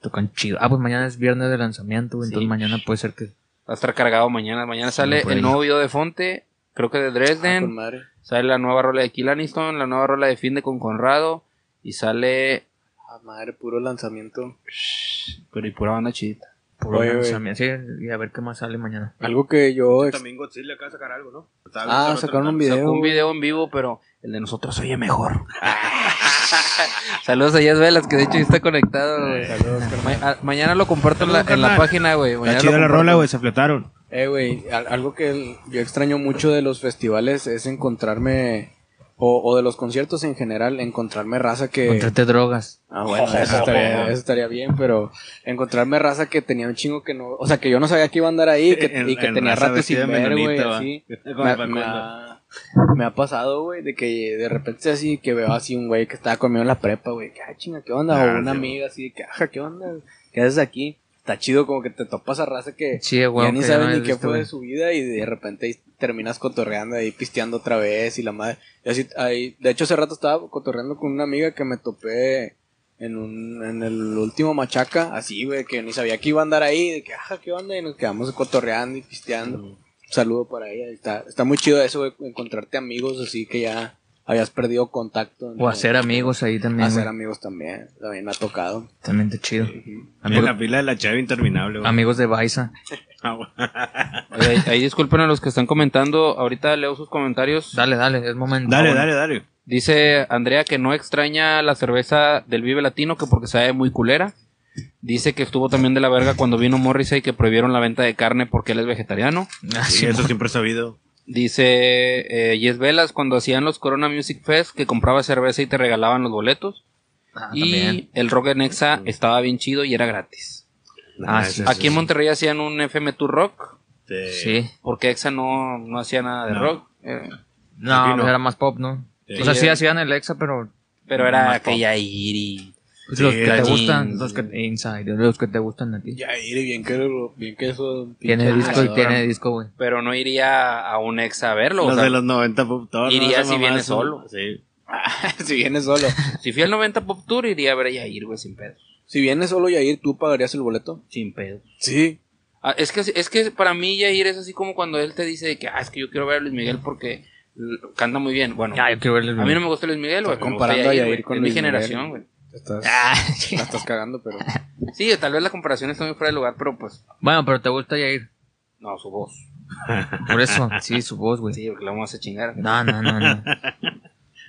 [SPEAKER 2] Tocan chido. Ah, pues mañana es viernes de lanzamiento, güey.
[SPEAKER 4] Sí.
[SPEAKER 2] Entonces mañana puede ser que.
[SPEAKER 4] Va a estar cargado mañana. Mañana
[SPEAKER 2] Sí,
[SPEAKER 4] sale
[SPEAKER 2] por
[SPEAKER 4] el
[SPEAKER 2] ahí.
[SPEAKER 4] nuevo video de Fonte. Creo que de
[SPEAKER 1] Ah, con
[SPEAKER 4] Dresden.
[SPEAKER 1] madre.
[SPEAKER 4] sale la nueva rola de Kill Aniston. La nueva rola de Finde con Conrado. Y sale...
[SPEAKER 1] Ah, madre, puro lanzamiento.
[SPEAKER 4] Pero y pura banda chidita.
[SPEAKER 2] Puro
[SPEAKER 1] Oye, güey.
[SPEAKER 2] lanzamiento. Sí, y a ver qué más sale mañana.
[SPEAKER 1] Algo que yo... ex-
[SPEAKER 3] También Godzilla acaba de sacar algo, ¿no? Estaba viendo
[SPEAKER 1] Ah,
[SPEAKER 3] el otro
[SPEAKER 1] sacaron un
[SPEAKER 3] día.
[SPEAKER 1] video.
[SPEAKER 4] Sacó un
[SPEAKER 1] güey.
[SPEAKER 4] video en vivo, pero el de nosotros oye mejor. Saludos a Jess Velas, que de hecho ya está conectado, güey.
[SPEAKER 1] Saludos, carnal.
[SPEAKER 4] Ma- a- mañana lo comparto en la,
[SPEAKER 3] Saludos,
[SPEAKER 4] en la
[SPEAKER 3] carnal.
[SPEAKER 4] página, güey. Mañana
[SPEAKER 3] Está
[SPEAKER 4] lo
[SPEAKER 3] chida la
[SPEAKER 4] comparto.
[SPEAKER 3] rola, güey, se fletaron.
[SPEAKER 1] Eh, güey, al- algo que el- yo extraño mucho de los festivales es encontrarme, o, o de los conciertos en general, encontrarme raza que...
[SPEAKER 2] Contrate drogas.
[SPEAKER 1] Ah, bueno, eso estaría, eso estaría bien, pero encontrarme raza que tenía un chingo que no... O sea, que yo no sabía que iba a andar ahí que- y que tenía rato sin ver, güey, así. Me, me ha, me ha pasado, güey, de que de repente así que veo así un güey que estaba conmigo en la prepa, güey, que, ah, chinga, ¿qué onda?
[SPEAKER 3] Ah,
[SPEAKER 1] o una
[SPEAKER 3] sí,
[SPEAKER 1] amiga así de que, ajá, ¿qué onda? ¿Qué haces aquí? Está chido como que te topas a raza que
[SPEAKER 2] Sí, güey.
[SPEAKER 1] ya ni
[SPEAKER 2] que ya
[SPEAKER 1] saben
[SPEAKER 2] no
[SPEAKER 1] ni
[SPEAKER 2] has
[SPEAKER 1] qué
[SPEAKER 2] visto,
[SPEAKER 1] fue
[SPEAKER 2] güey.
[SPEAKER 1] de su vida y de repente ahí terminas cotorreando ahí, pisteando otra vez y la madre. Y así, ahí, de hecho, hace rato estaba cotorreando con una amiga que me topé en, un, en el último machaca, así, güey, que ni sabía que iba a andar ahí, de que, ajá, qué onda, y nos quedamos cotorreando y pisteando. Un saludo para ella, está, está muy chido eso, güey, encontrarte amigos así que ya habías perdido contacto.
[SPEAKER 2] O hacer amigos ahí también.
[SPEAKER 1] Hacer
[SPEAKER 2] güey.
[SPEAKER 1] amigos también, también me ha tocado.
[SPEAKER 2] También está chido.
[SPEAKER 3] En
[SPEAKER 2] Amigo-
[SPEAKER 3] la pila de la chave interminable, güey.
[SPEAKER 2] amigos de Baiza.
[SPEAKER 3] Ah, güey.
[SPEAKER 4] Oye, ahí- ahí disculpen a los que están comentando. Ahorita leo sus comentarios.
[SPEAKER 2] Dale, dale, es momento.
[SPEAKER 3] Dale,
[SPEAKER 2] Ahora.
[SPEAKER 3] dale, dale.
[SPEAKER 4] Dice Andrea que no extraña la cerveza del Vive Latino, que porque sabe muy culera. Dice que estuvo también de la verga cuando vino Morrissey que prohibieron la venta de carne porque él es vegetariano.
[SPEAKER 2] Ah,
[SPEAKER 3] Sí,
[SPEAKER 2] sí,
[SPEAKER 3] eso siempre he sabido.
[SPEAKER 4] Dice eh, Yes Velas cuando hacían los Corona Music Fest que compraba cerveza y te regalaban los boletos.
[SPEAKER 2] Ah,
[SPEAKER 4] y
[SPEAKER 2] también.
[SPEAKER 4] el Rock en Nexa estaba bien chido y era gratis.
[SPEAKER 2] Ah, sí.
[SPEAKER 3] eso este,
[SPEAKER 4] Aquí en Monterrey hacían un FM Tour Rock
[SPEAKER 3] sí.
[SPEAKER 2] Sí.
[SPEAKER 4] porque Exa no, no hacía nada de
[SPEAKER 3] No.
[SPEAKER 4] rock. eh,
[SPEAKER 2] No,
[SPEAKER 3] Aquí no.
[SPEAKER 2] era más pop, ¿no?
[SPEAKER 3] Sí.
[SPEAKER 2] O sea, sí
[SPEAKER 4] Sí.
[SPEAKER 2] hacían el Exa, pero
[SPEAKER 4] pero
[SPEAKER 2] Más
[SPEAKER 4] era
[SPEAKER 2] pop.
[SPEAKER 4] aquella Iri.
[SPEAKER 2] pues,
[SPEAKER 3] Sí,
[SPEAKER 2] los que te
[SPEAKER 4] Gallin,
[SPEAKER 2] gustan,
[SPEAKER 4] sí.
[SPEAKER 2] los que Inside, los que te gustan a ti.
[SPEAKER 1] Ya, ir bien que, bien que eso...
[SPEAKER 2] Tiene disco y
[SPEAKER 1] Ah,
[SPEAKER 2] tiene disco, güey.
[SPEAKER 4] Pero no iría a un Exa a verlo. o
[SPEAKER 3] Los
[SPEAKER 4] sea,
[SPEAKER 3] de los pues, 90 Pop Tour.
[SPEAKER 4] iría
[SPEAKER 3] Esa
[SPEAKER 4] si viene
[SPEAKER 3] mamá,
[SPEAKER 4] solo.
[SPEAKER 3] Sí.
[SPEAKER 1] si viene solo.
[SPEAKER 4] Si fui al 90 Pop Tour, iría a ver a Yair, güey, sin pedos.
[SPEAKER 1] Si vienes solo Yair, ¿tú pagarías el boleto?
[SPEAKER 4] Sin pedos.
[SPEAKER 1] Sí.
[SPEAKER 4] Ah, es, que, es que para mí Yair es así como cuando él te dice de que, ah, es que yo quiero ver a Luis Miguel porque l- canta muy bien. Bueno,
[SPEAKER 2] Ah, yo quiero verles.
[SPEAKER 4] a mí no me gusta Luis Miguel, güey.
[SPEAKER 1] Está
[SPEAKER 4] pero me
[SPEAKER 1] comparando
[SPEAKER 4] gusta
[SPEAKER 1] a Yair
[SPEAKER 4] güey.
[SPEAKER 1] con
[SPEAKER 4] Es
[SPEAKER 1] Luis
[SPEAKER 4] mi
[SPEAKER 1] Miguel.
[SPEAKER 4] generación, güey.
[SPEAKER 1] Estás,
[SPEAKER 2] Ah,
[SPEAKER 1] la estás cagando, pero.
[SPEAKER 4] Sí, tal vez la comparación está muy fuera de lugar, pero pues,
[SPEAKER 2] bueno, pero te gusta Yair.
[SPEAKER 4] no, su voz.
[SPEAKER 2] Por eso, sí, su voz,
[SPEAKER 1] Pues
[SPEAKER 2] güey.
[SPEAKER 4] Sí, porque la vamos a chingar.
[SPEAKER 2] No, no, no, no.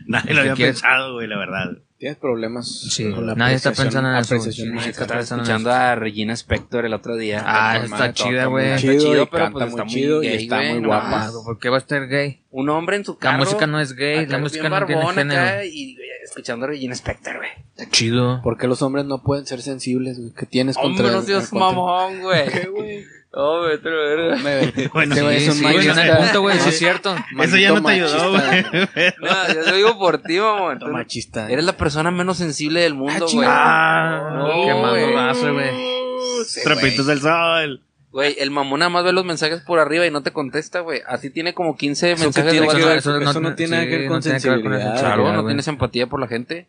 [SPEAKER 3] Nadie
[SPEAKER 2] ¿Y
[SPEAKER 3] lo
[SPEAKER 2] qué
[SPEAKER 3] había
[SPEAKER 2] quieres?
[SPEAKER 3] pensado, güey, la verdad.
[SPEAKER 1] Tienes problemas.
[SPEAKER 2] Sí,
[SPEAKER 1] con la
[SPEAKER 2] nadie está
[SPEAKER 1] apreciación-
[SPEAKER 2] pensando en eso,
[SPEAKER 1] apreciación
[SPEAKER 2] güey.
[SPEAKER 1] musical.
[SPEAKER 4] Estaba escuchando a Regina Spector el otro día.
[SPEAKER 2] Ah,
[SPEAKER 1] Toca
[SPEAKER 2] está
[SPEAKER 1] madre,
[SPEAKER 2] chida,
[SPEAKER 1] toca
[SPEAKER 2] güey.
[SPEAKER 1] muy
[SPEAKER 4] Está
[SPEAKER 1] Chido,
[SPEAKER 4] chido,
[SPEAKER 1] y
[SPEAKER 4] pero
[SPEAKER 1] canta
[SPEAKER 4] pues
[SPEAKER 1] muy
[SPEAKER 4] está muy
[SPEAKER 1] chido y
[SPEAKER 4] gay,
[SPEAKER 1] está
[SPEAKER 4] güey,
[SPEAKER 1] muy
[SPEAKER 4] no
[SPEAKER 1] guapa.
[SPEAKER 4] mames.
[SPEAKER 2] Claro, ¿Por qué va a estar gay?
[SPEAKER 4] Un hombre en su
[SPEAKER 2] La
[SPEAKER 4] carro.
[SPEAKER 2] música no es
[SPEAKER 1] Ah,
[SPEAKER 2] gay, la
[SPEAKER 4] acá
[SPEAKER 2] música
[SPEAKER 4] bien
[SPEAKER 2] no tiene
[SPEAKER 4] barbón acá,
[SPEAKER 2] género.
[SPEAKER 4] y güey, escuchando a Regina Spector, güey.
[SPEAKER 2] Chido.
[SPEAKER 1] ¿Por qué los hombres no pueden ser sensibles? güey? ¿Qué tienes
[SPEAKER 4] Hombre,
[SPEAKER 1] contra
[SPEAKER 4] no
[SPEAKER 1] el-
[SPEAKER 4] seas
[SPEAKER 1] contra-
[SPEAKER 4] mamón, güey.
[SPEAKER 1] ¿Qué, güey?
[SPEAKER 4] Oh, güey, te lo verga.
[SPEAKER 1] Me-
[SPEAKER 3] Bueno,
[SPEAKER 1] Este güey
[SPEAKER 2] Sí,
[SPEAKER 1] es un
[SPEAKER 2] sí, güey, en
[SPEAKER 1] machista.
[SPEAKER 2] el punto, güey, sí es cierto.
[SPEAKER 3] Eso ya no te ayudó, güey.
[SPEAKER 1] machista.
[SPEAKER 4] No, yo te lo digo por ti, mamón. Tú
[SPEAKER 1] Maldito machista.
[SPEAKER 4] Eres la persona menos sensible del mundo,
[SPEAKER 1] Ah,
[SPEAKER 4] güey.
[SPEAKER 1] chingada.
[SPEAKER 3] Ah,
[SPEAKER 4] No,
[SPEAKER 1] Oh,
[SPEAKER 2] Qué
[SPEAKER 4] güey.
[SPEAKER 2] mamonazo, güey.
[SPEAKER 1] Sí,
[SPEAKER 3] Trapitos del sol.
[SPEAKER 4] Güey, el mamón nada más ve los mensajes por arriba y no te contesta, güey. Así tiene como 15
[SPEAKER 1] ¿Eso qué
[SPEAKER 4] mensajes de
[SPEAKER 1] tiene que
[SPEAKER 4] WhatsApp.
[SPEAKER 1] ver? eso no tiene nada que ver con
[SPEAKER 2] tiene que ver con la
[SPEAKER 1] sensibilidad.
[SPEAKER 4] Claro,
[SPEAKER 2] sensibilidad,
[SPEAKER 4] no
[SPEAKER 2] güey.
[SPEAKER 4] tienes empatía por la gente.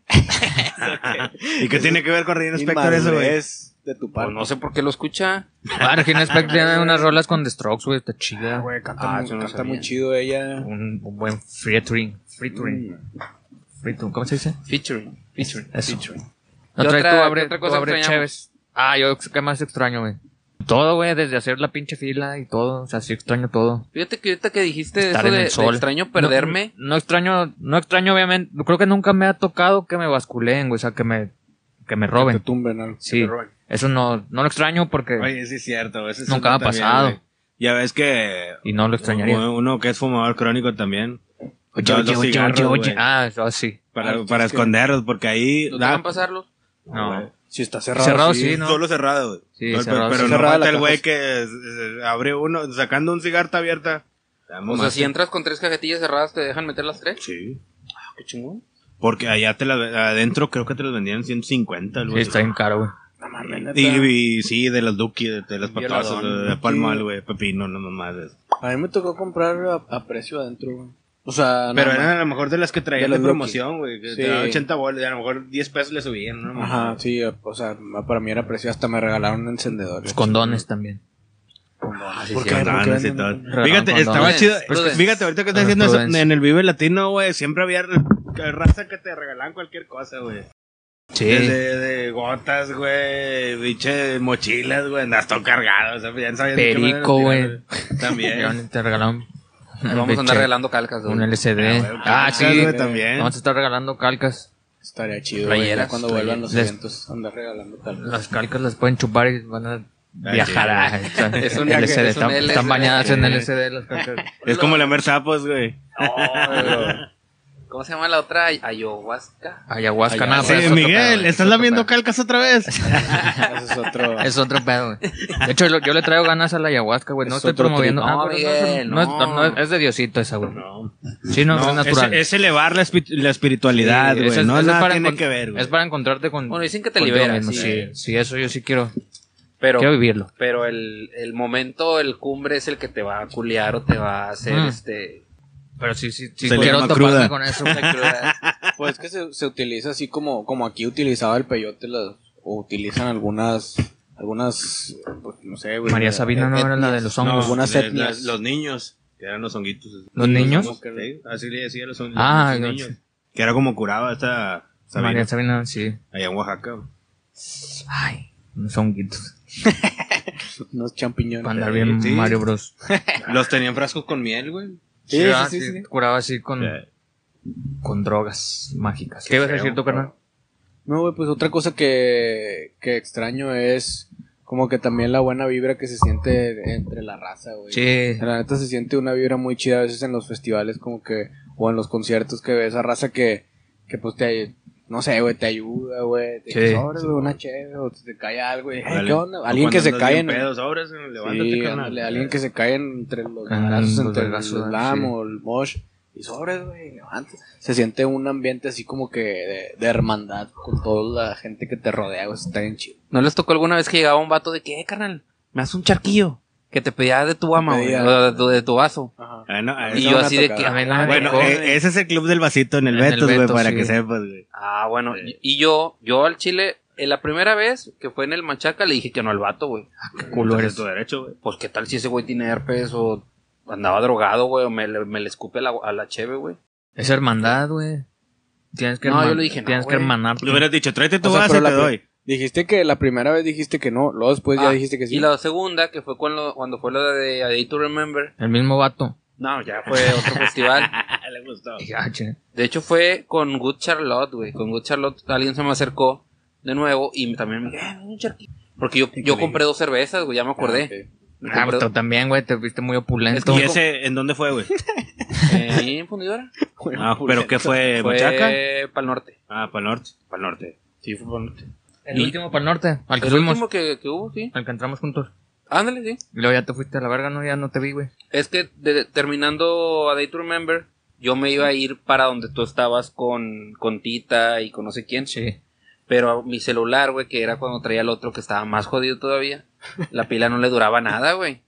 [SPEAKER 3] ¿Y qué tiene que ver con Regina Spector eso, güey?
[SPEAKER 1] Inmadurez de tu
[SPEAKER 4] Pues
[SPEAKER 1] parte.
[SPEAKER 4] no sé por qué lo escucha.
[SPEAKER 2] Ah, Regina Spector tiene unas rolas con The Strokes, güey, está chida.
[SPEAKER 1] Güey, canta,
[SPEAKER 4] Ah,
[SPEAKER 1] muy,
[SPEAKER 4] eso no
[SPEAKER 1] canta
[SPEAKER 4] sabía.
[SPEAKER 1] muy chido ella.
[SPEAKER 2] Un, un buen featuring. Featuring. Featuring, ¿Cómo se dice?
[SPEAKER 4] Featuring. Featuring.
[SPEAKER 2] Eso.
[SPEAKER 4] Featuring.
[SPEAKER 2] No
[SPEAKER 4] ¿Qué
[SPEAKER 2] trae
[SPEAKER 4] otra-
[SPEAKER 2] tú
[SPEAKER 4] qué
[SPEAKER 2] abre,
[SPEAKER 4] otra
[SPEAKER 2] tú
[SPEAKER 4] cosa
[SPEAKER 2] abre
[SPEAKER 4] extrañamos?
[SPEAKER 2] Cheves. Ah, yo qué más extraño, güey. Todo, güey, desde hacer la pinche fila y todo. O sea, sí extraño todo.
[SPEAKER 4] Fíjate que ahorita que dijiste
[SPEAKER 2] Estar
[SPEAKER 4] eso
[SPEAKER 2] en
[SPEAKER 4] de,
[SPEAKER 2] el
[SPEAKER 4] de
[SPEAKER 2] sol.
[SPEAKER 4] extraño perderme.
[SPEAKER 2] No, no extraño, no extraño, obviamente. Creo que nunca me ha tocado que me basculen, güey. O sea, que me, que me
[SPEAKER 1] Que
[SPEAKER 2] roben.
[SPEAKER 1] te tumben algo.
[SPEAKER 2] Sí. Eso no, no lo extraño porque.
[SPEAKER 3] Oye, sí es cierto. eso es
[SPEAKER 2] Nunca
[SPEAKER 3] uno
[SPEAKER 2] ha pasado.
[SPEAKER 3] güey. ya ves que
[SPEAKER 2] y no lo extrañaría.
[SPEAKER 3] uno- uno que es fumador crónico también.
[SPEAKER 2] Oye,
[SPEAKER 3] Los-
[SPEAKER 2] oye,
[SPEAKER 3] los
[SPEAKER 2] oye,
[SPEAKER 3] cigarros,
[SPEAKER 2] oye, oye.
[SPEAKER 3] güey.
[SPEAKER 2] Ah, eso sí.
[SPEAKER 3] Para,
[SPEAKER 1] Ah,
[SPEAKER 3] para
[SPEAKER 1] es que-
[SPEAKER 3] esconderlos, porque ahí...
[SPEAKER 4] ¿No te
[SPEAKER 3] da-
[SPEAKER 4] van a pasarlo?
[SPEAKER 2] No.
[SPEAKER 3] güey.
[SPEAKER 1] Si está cerrado.
[SPEAKER 2] Cerrado,
[SPEAKER 1] sí.
[SPEAKER 2] sí, ¿no?
[SPEAKER 3] Solo cerrado. güey.
[SPEAKER 2] Sí,
[SPEAKER 3] pero
[SPEAKER 2] cerrado,
[SPEAKER 1] sí.
[SPEAKER 3] pero no
[SPEAKER 1] Cerrada
[SPEAKER 3] falta
[SPEAKER 1] la
[SPEAKER 3] el güey
[SPEAKER 1] caja.
[SPEAKER 3] que eh, eh, abre uno, sacando un cigarro abierta. La
[SPEAKER 4] O sea,
[SPEAKER 3] mamaste.
[SPEAKER 4] si entras con tres cajetillas cerradas, ¿te dejan meter las tres?
[SPEAKER 3] Sí.
[SPEAKER 4] Ah, qué chingón.
[SPEAKER 3] Porque allá te la, adentro creo que te los vendían 150. algo
[SPEAKER 2] Sí,
[SPEAKER 3] así.
[SPEAKER 2] está bien caro, güey.
[SPEAKER 1] No mames, neta.
[SPEAKER 3] Y, y sí, de las Duki, de, de las
[SPEAKER 4] Violador,
[SPEAKER 3] patosas, de, de Palmal, güey, Pepino, no mamadas.
[SPEAKER 1] A mí me tocó comprar a, a precio adentro, güey. O sea,
[SPEAKER 3] Pero
[SPEAKER 1] nada
[SPEAKER 3] eran
[SPEAKER 1] más.
[SPEAKER 3] a lo mejor de las que traían
[SPEAKER 1] De
[SPEAKER 3] de,
[SPEAKER 1] las
[SPEAKER 3] promoción, güey, que
[SPEAKER 1] Sí.
[SPEAKER 3] te daban 80 bolas, y a lo mejor 10 pesos le subían, ¿no?
[SPEAKER 1] Ajá, sí, o sea, para mí era precio. Hasta me regalaron Ah, encendedores.
[SPEAKER 2] Los condones también.
[SPEAKER 1] ¿Por
[SPEAKER 3] Sí,
[SPEAKER 1] qué?
[SPEAKER 3] andaban
[SPEAKER 1] ¿Por qué
[SPEAKER 3] así
[SPEAKER 1] venden
[SPEAKER 3] todo.
[SPEAKER 1] condones?
[SPEAKER 3] Fíjate,
[SPEAKER 2] Regalaban
[SPEAKER 3] estaba
[SPEAKER 4] condones.
[SPEAKER 3] chido.
[SPEAKER 4] Pues,
[SPEAKER 3] es que fíjate, ahorita que estás
[SPEAKER 2] Ah,
[SPEAKER 3] diciendo eso,
[SPEAKER 2] prudence.
[SPEAKER 3] en el Vive Latino, güey, siempre había raza que te regalaban cualquier cosa, güey.
[SPEAKER 2] Sí.
[SPEAKER 3] Desde de gotas, güey, biche, mochilas, güey, andas todo cargado, o sea, ya no sabías ni qué madre
[SPEAKER 2] Perico,
[SPEAKER 3] tirar,
[SPEAKER 2] güey.
[SPEAKER 3] También.
[SPEAKER 2] Te regalaron.
[SPEAKER 4] Ahí Vamos a andar regalando calcas. güey.
[SPEAKER 2] Un LCD.
[SPEAKER 3] Ah, güey,
[SPEAKER 2] Ah,
[SPEAKER 3] calcas,
[SPEAKER 2] sí.
[SPEAKER 3] güey, también.
[SPEAKER 2] Vamos a estar regalando calcas.
[SPEAKER 1] Estaría chido, güey.
[SPEAKER 4] Playeras,
[SPEAKER 1] ya Cuando vuelvan los
[SPEAKER 2] playeras.
[SPEAKER 1] eventos, andar regalando tal.
[SPEAKER 2] Las calcas las pueden chupar y van a viajar. a-
[SPEAKER 4] Es un
[SPEAKER 2] LCD.
[SPEAKER 4] es un
[SPEAKER 2] Están, están
[SPEAKER 4] LCD.
[SPEAKER 2] bañadas en LCD las calcas.
[SPEAKER 3] Es como lamer sapos, güey.
[SPEAKER 4] No, güey. Oh, ¿Cómo se llama la otra? Ay- Ayahuasca.
[SPEAKER 2] Ayahuasca,
[SPEAKER 1] Ay,
[SPEAKER 2] nada.
[SPEAKER 1] sí,
[SPEAKER 2] pero es
[SPEAKER 3] Sí,
[SPEAKER 2] otro pedo,
[SPEAKER 3] Miguel,
[SPEAKER 2] güey, es
[SPEAKER 3] ¿estás
[SPEAKER 2] otro
[SPEAKER 3] lamiendo
[SPEAKER 2] pedo.
[SPEAKER 3] calcas otra vez?
[SPEAKER 1] Ese es otro.
[SPEAKER 2] Es otro pedo, güey. De hecho, lo- yo le traigo ganas a la ayahuasca, güey. No
[SPEAKER 1] Es
[SPEAKER 2] estoy
[SPEAKER 1] otro
[SPEAKER 2] promoviendo.
[SPEAKER 4] trip.
[SPEAKER 2] Ah,
[SPEAKER 4] No,
[SPEAKER 2] pero
[SPEAKER 4] Miguel,
[SPEAKER 2] no, es- no,
[SPEAKER 4] no.
[SPEAKER 2] no, es- es de Diosito esa, güey.
[SPEAKER 3] No.
[SPEAKER 2] Sí, no, es
[SPEAKER 3] No, es,
[SPEAKER 2] natural.
[SPEAKER 3] es elevar la, espi- la espiritualidad,
[SPEAKER 2] Sí,
[SPEAKER 3] güey.
[SPEAKER 2] esa es-
[SPEAKER 3] no,
[SPEAKER 2] esa es
[SPEAKER 3] nada
[SPEAKER 2] para
[SPEAKER 3] tiene
[SPEAKER 2] encon-
[SPEAKER 3] que ver, güey.
[SPEAKER 2] Es para encontrarte con.
[SPEAKER 4] Bueno, dicen que te
[SPEAKER 2] contigo
[SPEAKER 4] libera,
[SPEAKER 2] mismo,
[SPEAKER 4] sí.
[SPEAKER 2] sí. Sí, eso yo sí quiero.
[SPEAKER 4] Pero,
[SPEAKER 2] Quiero vivirlo.
[SPEAKER 4] pero el, el momento, el cumbre es el que te va a culiar o te va a hacer
[SPEAKER 2] Mm.
[SPEAKER 4] este.
[SPEAKER 2] Pero sí, sí, sí.
[SPEAKER 3] Se le
[SPEAKER 2] Quiero
[SPEAKER 3] llama
[SPEAKER 2] toparme
[SPEAKER 3] cruda.
[SPEAKER 2] con eso.
[SPEAKER 4] esa cruda.
[SPEAKER 1] Pues que se, se utiliza así como, como aquí utilizaba el peyote, las, o utilizan algunas, algunas, pues, no sé, güey.
[SPEAKER 2] María
[SPEAKER 1] eh,
[SPEAKER 2] Sabina no era la de los
[SPEAKER 1] No,
[SPEAKER 2] hongos.
[SPEAKER 1] algunas
[SPEAKER 3] de-
[SPEAKER 1] etnias.
[SPEAKER 3] las- los niños, que eran los honguitos.
[SPEAKER 2] ¿Los niños?
[SPEAKER 3] Sí, así le decía los honguitos.
[SPEAKER 2] Ah,
[SPEAKER 3] los
[SPEAKER 2] no,
[SPEAKER 3] niños.
[SPEAKER 2] sí.
[SPEAKER 3] Que era como curaba esta Sabina,
[SPEAKER 2] María Sabina, sí.
[SPEAKER 3] allá en Oaxaca. güey.
[SPEAKER 2] Ay, unos honguitos.
[SPEAKER 1] Unos champiñones.
[SPEAKER 2] Para andar bien
[SPEAKER 3] Sí.
[SPEAKER 2] Mario Bros.
[SPEAKER 3] Los tenían frascos con miel, güey.
[SPEAKER 1] Sí, sí,
[SPEAKER 2] Curaba
[SPEAKER 1] Ah, sí,
[SPEAKER 2] así-
[SPEAKER 1] sí.
[SPEAKER 2] Curaba así con,
[SPEAKER 3] Eh,
[SPEAKER 2] con drogas mágicas. ¿Qué ibas a
[SPEAKER 3] feo,
[SPEAKER 2] decir tú,
[SPEAKER 3] bro.
[SPEAKER 2] carnal?
[SPEAKER 1] No, güey, pues otra cosa que, que extraño es como que también la buena vibra que se siente entre la raza, güey.
[SPEAKER 2] Sí.
[SPEAKER 1] La neta se siente una vibra muy chida a veces en los festivales como que, o en los conciertos que ves a raza que, que pues te, no sé, güey, te ayuda, güey, te
[SPEAKER 2] Sí.
[SPEAKER 1] dice, "Sobres, güey, una chévere, o te, te cae algo, y, "Hey,
[SPEAKER 3] Órale.
[SPEAKER 1] ¿qué onda?
[SPEAKER 3] O
[SPEAKER 1] Alguien
[SPEAKER 3] cuando
[SPEAKER 1] que se
[SPEAKER 3] andas
[SPEAKER 1] cae
[SPEAKER 3] bien
[SPEAKER 1] en...
[SPEAKER 3] pedo, sobres, eh, levántate,
[SPEAKER 1] Sí,
[SPEAKER 3] carnal.
[SPEAKER 1] ándale, alguien que se cae entre los
[SPEAKER 2] En
[SPEAKER 1] brazos,
[SPEAKER 2] los
[SPEAKER 1] entre el
[SPEAKER 2] vergazos,
[SPEAKER 1] slam
[SPEAKER 2] sí.
[SPEAKER 1] o el mosh, y sobres, güey, levántate. Se siente un ambiente así como que de, de hermandad con toda la gente que te rodea, güey, está bien chido.
[SPEAKER 4] ¿No les tocó alguna vez que llegaba un vato de que, eh, carnal, me haces un charquillo? Que te pedía de tu ama,
[SPEAKER 1] Te
[SPEAKER 4] güey,
[SPEAKER 1] pedía.
[SPEAKER 4] o de, tu- de tu vaso.
[SPEAKER 1] Ajá.
[SPEAKER 3] Ah, no, ah,
[SPEAKER 1] Eso
[SPEAKER 4] Y
[SPEAKER 3] eso-
[SPEAKER 4] yo
[SPEAKER 1] me ha
[SPEAKER 4] así de
[SPEAKER 1] tocado.
[SPEAKER 4] que,
[SPEAKER 2] A mí no me
[SPEAKER 3] bueno,
[SPEAKER 2] tocó,
[SPEAKER 3] eh, ese es el club del vasito en el
[SPEAKER 2] En el
[SPEAKER 3] Betos, güey,
[SPEAKER 2] Betos,
[SPEAKER 3] para
[SPEAKER 2] sí.
[SPEAKER 3] que sepas, güey.
[SPEAKER 4] Ah, bueno, y- y yo, yo al chile, en la primera vez que fue en el Machaca, le dije que no al vato, güey.
[SPEAKER 2] Culo
[SPEAKER 3] Entonces,
[SPEAKER 2] eres.
[SPEAKER 3] tu derecho, güey.
[SPEAKER 4] Pues, ¿qué tal si ese güey tiene herpes o andaba drogado, güey, o me, le- me le escupe a la, a la cheve, güey?
[SPEAKER 2] Es hermandad, güey. Tienes que,
[SPEAKER 4] No, yo
[SPEAKER 2] herman-
[SPEAKER 4] le dije, no,
[SPEAKER 2] tienes que
[SPEAKER 4] güey.
[SPEAKER 2] hermanar.
[SPEAKER 3] Le hubieras dicho, tráete tu
[SPEAKER 1] O sea,
[SPEAKER 3] base,
[SPEAKER 1] pero la
[SPEAKER 3] te
[SPEAKER 1] pri-
[SPEAKER 3] doy.
[SPEAKER 1] Dijiste que la primera vez dijiste que no, luego después ya
[SPEAKER 4] Ah,
[SPEAKER 1] dijiste que sí.
[SPEAKER 4] Y la segunda, que fue cuando, cuando fue la de A Day to Remember.
[SPEAKER 2] El mismo vato.
[SPEAKER 4] No, ya fue otro festival.
[SPEAKER 3] Le gustó.
[SPEAKER 2] Y, ah, che,
[SPEAKER 4] De hecho, fue con Good Charlotte, güey. Con Good Charlotte alguien se me acercó de nuevo y también me dijo, "Eh, un charqui-". Porque yo, yo compré dos cervezas, güey, ya me acordé.
[SPEAKER 1] Ah, ok.
[SPEAKER 4] Me
[SPEAKER 2] Ah,
[SPEAKER 4] compré
[SPEAKER 2] pero tú también, güey, te viste muy opulento.
[SPEAKER 4] Es
[SPEAKER 3] ¿Y
[SPEAKER 4] que-
[SPEAKER 3] ese en dónde fue, güey?
[SPEAKER 4] dos- eh, ahí en fundidora.
[SPEAKER 3] Ah, ¿Pero qué fue? ¿Machaca?
[SPEAKER 4] Fue para el norte.
[SPEAKER 3] Ah, para el norte. Para el norte.
[SPEAKER 4] Sí, fue para el norte.
[SPEAKER 2] El último para el norte, al que
[SPEAKER 4] El
[SPEAKER 2] fuimos,
[SPEAKER 4] último que, que hubo, sí.
[SPEAKER 2] al que entramos juntos.
[SPEAKER 4] Ándale, sí.
[SPEAKER 2] Y luego ya te fuiste a la verga, no, ya no te vi, güey.
[SPEAKER 4] Es que de- terminando A Day to Remember, yo me iba a ir para donde tú estabas con, con Tita y con no sé quién.
[SPEAKER 2] Sí.
[SPEAKER 4] Pero mi celular, güey, que era cuando traía el otro que estaba más jodido todavía, la pila no le duraba nada, güey.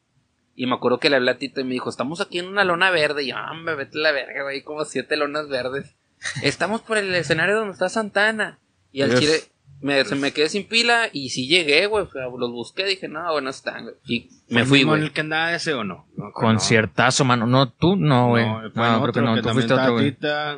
[SPEAKER 4] Y me acuerdo que le hablé a Tita y me dijo, estamos aquí en una lona verde. Y yo, "Ah, hombre, vete a la verga, güey, como siete lonas verdes. Estamos por el escenario donde está Santana. Y al
[SPEAKER 3] Dios.
[SPEAKER 4] chile me, se me quedé sin pila y sí llegué, güey. o sea, los busqué, dije, no, bueno, están, güey. Y me fui,
[SPEAKER 3] ¿Con
[SPEAKER 4] güey.
[SPEAKER 3] el que andaba ese o no? No,
[SPEAKER 2] Conciertazo, mano. No, tú no,
[SPEAKER 3] no.
[SPEAKER 2] güey.
[SPEAKER 3] No,
[SPEAKER 2] No,
[SPEAKER 3] fue en
[SPEAKER 2] creo que
[SPEAKER 3] otro,
[SPEAKER 2] no.
[SPEAKER 3] que
[SPEAKER 2] tú
[SPEAKER 3] también
[SPEAKER 2] fuiste
[SPEAKER 3] estaba
[SPEAKER 2] otro, güey.
[SPEAKER 3] Tita,